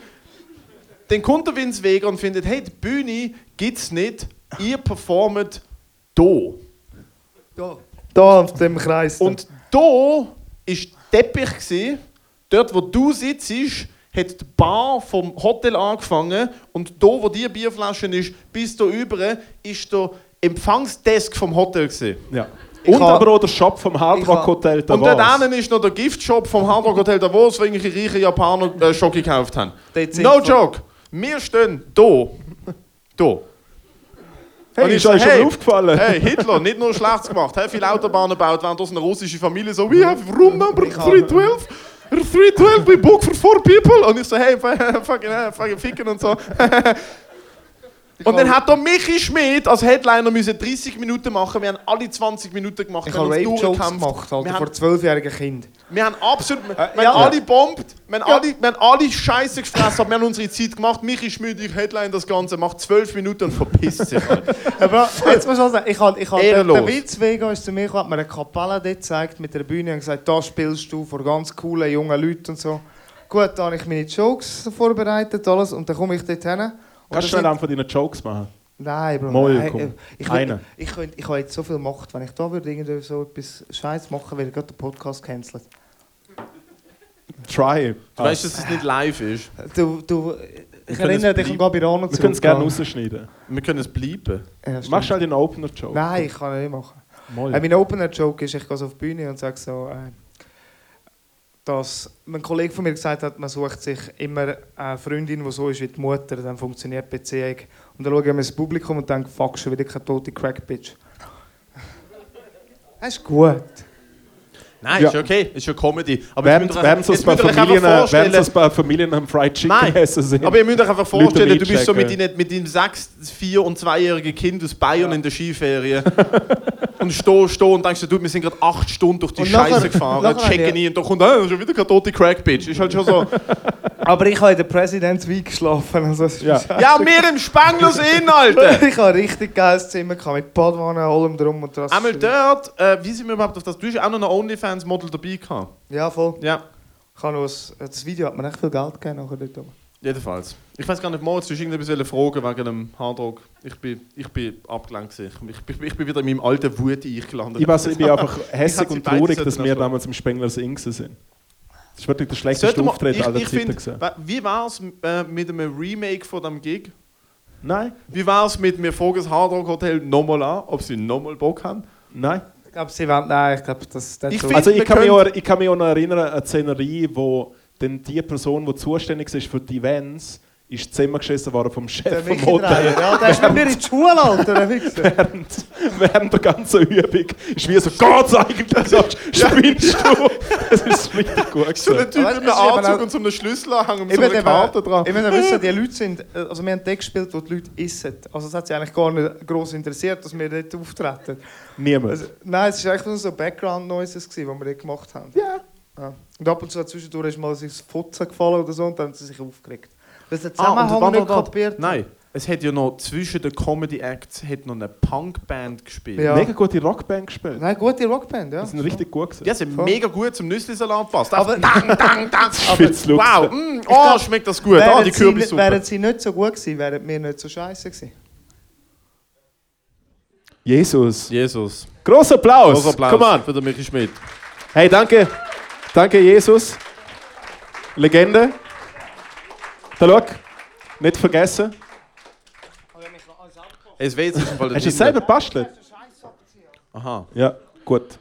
dann kommt der Vince Vega und findet, hey, die Bühne gibt's nicht, ihr performt do. Da. Da, auf dem Kreis. da. Und do ist Teppich gsi. Dort, wo du sitzt, hat die Bar vom Hotel angefangen und do, wo die Bierflaschen ist, bis da über, ist der Empfangsdesk vom Hotel gsi. Ja. Ich Und hab- aber auch der Shop vom Hard ich Rock hab- Hotel Davos. Und dort hinten ist noch der Giftshop vom Hard Rock Hotel Davos, wo irgendwelche reichen Japaner äh, Schoki gekauft haben. Dort sind No wir- joke. Wir stehen da. Da. hey, und ich ist so, euch schon hey. mal aufgefallen? Hey, Hitler, nicht nur schlecht gemacht. Hey, viele Autobahnen gebaut, während aus einer russischen Familie so, we have room number 312. 312, we book for four people. Und ich so, hey, fucking, äh, fucking ficken und so. Und dann hat der Michi Schmidt als Headliner müssen 30 Minuten machen. Wir haben alle 20 Minuten gemacht. ich wir haben habe uns Rape-Jokes durchgekämpft. gemacht, Wir Alter, haben vor zwölfjährigen Kind. wir haben absolut. Wir haben ja. alle bombt, wir haben, alle, wir haben alle Scheiße gefressen, aber wir haben unsere Zeit gemacht. Michi Schmidt, ich headline das Ganze, macht zwölf Minuten und verpisst sich. Alter. Aber jetzt muss ich sagen, ich habe, ich habe der, Ehrenlos. der Witz Vega ist zu mir gekommen, hat mir eine Kapelle dort gezeigt mit der Bühne und gesagt, da spielst du vor ganz coolen jungen Leuten und so. Gut, da habe ich meine Jokes vorbereitet, alles und dann komme ich dort hin. Und da Kannst du schnell sind- einen von deinen Jokes machen? Nein, Bro. Mal, nein, komm. äh, Ich, Einen. will- ich, könnte, ich habe jetzt so viel Macht, wenn ich da würde irgendwie so etwas Scheiß machen, wäre gerade der Podcast gecancelt. Try. Du weißt, dass es nicht live ist. Du, du, ich können erinnere es dich an blieb- Gabirano Wir können es gerne rausschneiden. Wir können es bleiben. Ja, stimmt. Machst du halt den Opener-Joke? Nein, ich kann ihn nicht machen. Mal. Äh, mein Opener-Joke ist, ich gehe so auf die Bühne und sage so, äh, dass mein Kollege von mir gesagt hat, man sucht sich immer eh, eine Freundin, die so ist wie die Mutter, dann funktioniert die Beziehung. Und dann schaue ich mir das Publikum und denke, fuck, schon wieder keine tote Crack-Bitch. Das ist gut. Nein, Ja. ist okay, ist ja Comedy. Aber Während, jetzt müsst ihr euch- während, so ein jetzt paar müsst ihr euch einfach Familien, während so vorstellen- ein paar Familien am Fried Chicken Nein. essen sind. Aber ihr müsst euch einfach vorstellen, du bist so mit, einchecken. deinen, mit deinem 6-, 4- und 2-jährigen Kind aus Bayern in der Skiferie und stehst steh und denkst, dir, du, wir sind gerade 8 Stunden durch die Und Scheiße nachher- gefahren, nachher habe checken ich- ein und da kommt äh, schon wieder keine tote Crack-Bitch. Ist halt schon so... Aber ich habe in der President's Week geschlafen. Also es ist Ja. mir Ja, wir im Spenglers Inn, Alter! scheiße. Ich habe ein richtig geiles Zimmer gehabt, mit Badwanne, allem drum und dran. Einmal dort, äh, wie sind wir überhaupt auf das? Du hast auch noch einen OnlyFans-Model dabei gehabt. Ja, voll. Ja, Ich habe noch ein, das Video hat mir echt viel Geld gegeben. Nachher dort oben. jedenfalls. Ich weiß gar nicht, Moritz, du hast irgendetwas wollen fragen wegen dem Harddruck. Ich bin, ich bin abgelenkt. gewesen. Ich, ich, ich bin wieder in meinem alten Wut eingelandet. Ich, weiß, ich bin einfach hässig sie und beide traurig, sollten dass noch wir fragen. damals im Spenglers Ing sind. Das ist wirklich der schlechteste Sollte man- Auftritt ich, aller ich Zeiten. find, gewesen. wa- Wie wär's äh, mit einem Remake von dem Gig? Nein, Wie wär's mit mir fragen das Hardrock Hotel nochmal an, ob sie nochmal Bock haben? nein. Ich glaube, sie wollen... Nein, ich glaube, das... das Ich so- finde- Also ich wir kann, mich können- auch, ich kann mich auch noch erinnern an eine Szenerie, wo dann die Person, die zuständig ist für die Events, ist ins Zimmer geschissen worden vom Der Chef vom Michi Dreier, Hotel. ja, der ist mit mir in die Schule, Alter, der Wichser. Während, während der ganzen Übung ist wie so, geht's eigentlich? So, Spinnst du? Das ist richtig gut So gewesen. ein Typ Aber mit einem es ist eben Anzug auch- und so einem Schlüsselanhänger und so Eben, einer der Karte dran. Ich meine, wissen, die Leute sind... Also wir haben dort gespielt, wo die Leute essen. Also es hat sie eigentlich gar nicht gross interessiert, dass wir dort auftreten. Niemand. Also, nein, es war eigentlich nur so Background-Noises, gewesen, die wir dort gemacht haben. Ja. Ja. Und ab und zu zwischendurch ist mal sein Fotzen gefallen oder so und dann haben sie sich aufgeregt. Weil sie den Ah, und Zusammenhang warte, nicht warte. kapiert haben. Nein, es hat ja noch zwischen den Comedy Acts hat noch eine Punkband gespielt. Ja. Mega gute Rockband gespielt. Nein, gute Rockband, ja. Die sind richtig gut gewesen. Die sind Voll. mega gut zum Nüsslisalat passt. Aber- dang, dang, dang. find's lustig. wow, mm, oh, glaub, schmeckt das gut. Ah, die Wären sie, Kürbissuppe. ni- wären sie nicht so gut gewesen, wären wir nicht so scheiße gewesen. Jesus. Jesus. Großer Applaus. Großer Applaus Come on. für den Michi Schmidt. Hey, danke. Danke, Jesus. Legende. Da schau, nicht vergessen, Es weiß jetzt im Fall der Hast du es Titel. selber bastelt? Aha. Ja, gut.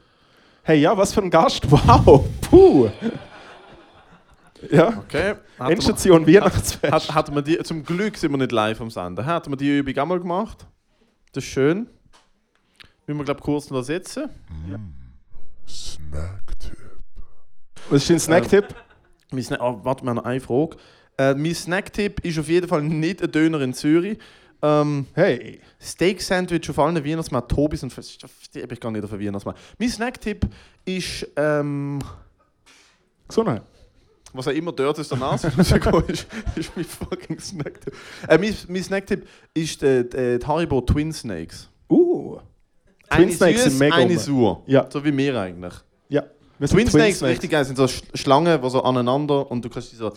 Hey, ja, was für ein Gast. Wow, puh. Ja, Okay. Hätten wir- Endstation Weihnachtsfest. Hat, hat man die, zum Glück sind wir nicht live am Senden. Hat man die Übung einmal gemacht? Das ist schön. Müssen wir, glaube ich, kurz noch ersetzen. Was ist dein Snacktipp? Mein Sna- ah, warte, wir haben noch eine Frage. Äh, mein Snacktipp ist auf jeden Fall nicht ein Döner in Zürich. Ähm, Hey, Steak-Sandwich auf allen Weihnachtsmärkten. Tobis und... Ich bin gar nicht auf den Weihnachtsmarkt. Mein Snacktipp ist... Ähm, Gesundheit. was auch immer dort ist, der Nase rausgekommen ist, ist mein fucking Snacktipp. Äh, mein, mein Snacktipp ist äh, die, die Haribo Twin Snakes. Uh, Twin eine Snakes süß, sind mega eine rum. sauer. Ja. So wie wir eigentlich. ja. Wir sind Twin, Snakes, richtig geil, sind so Sch- Schlangen, die so aneinander und du kannst die so.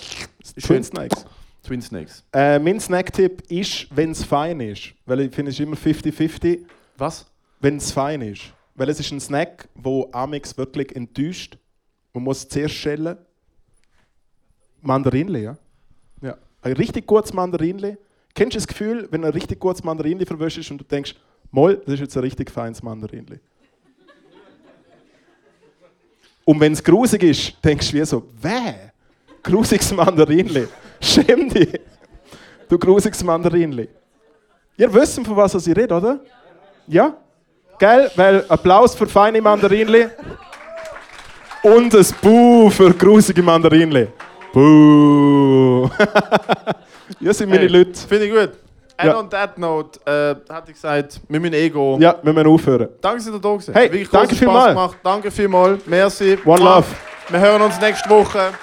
Twin Snakes. Twin Snakes. Äh, mein Snacktipp ist, wenn es fein ist. Weil ich finde es ist immer 50-50, Was? wenn es fein ist. Weil es ist ein Snack, wo Amix wirklich enttäuscht. Man muss zuerst schälen. Mandarinli, ja? Ja. Ein richtig gutes Mandarinli. Kennst du das Gefühl, wenn ein richtig gutes Mandarinli verwöschst und du denkst, Moll, das ist jetzt ein richtig feines Mandarinli. Und wenn es grusig ist, denkst du wie so, weh, grusiges Mandarinli. Schäm dich, du grusiges Mandarinli. Ihr wisst, von was ich rede, oder? Ja? Gell? Weil Applaus für feine Mandarinli und ein Buh für grusige Mandarinli. Buh. Hier sind meine Leute. Finde ich gut. And Ja. on that note, äh, hatte ich gesagt, wir müssen eh gehen. Ja, wir müssen aufhören. Danke, dass ihr da gewesen. Hey, Wirklich danke großen Spaß vielmal. Gemacht. Danke vielmals. Merci. One Ah, love. Wir hören uns nächste Woche.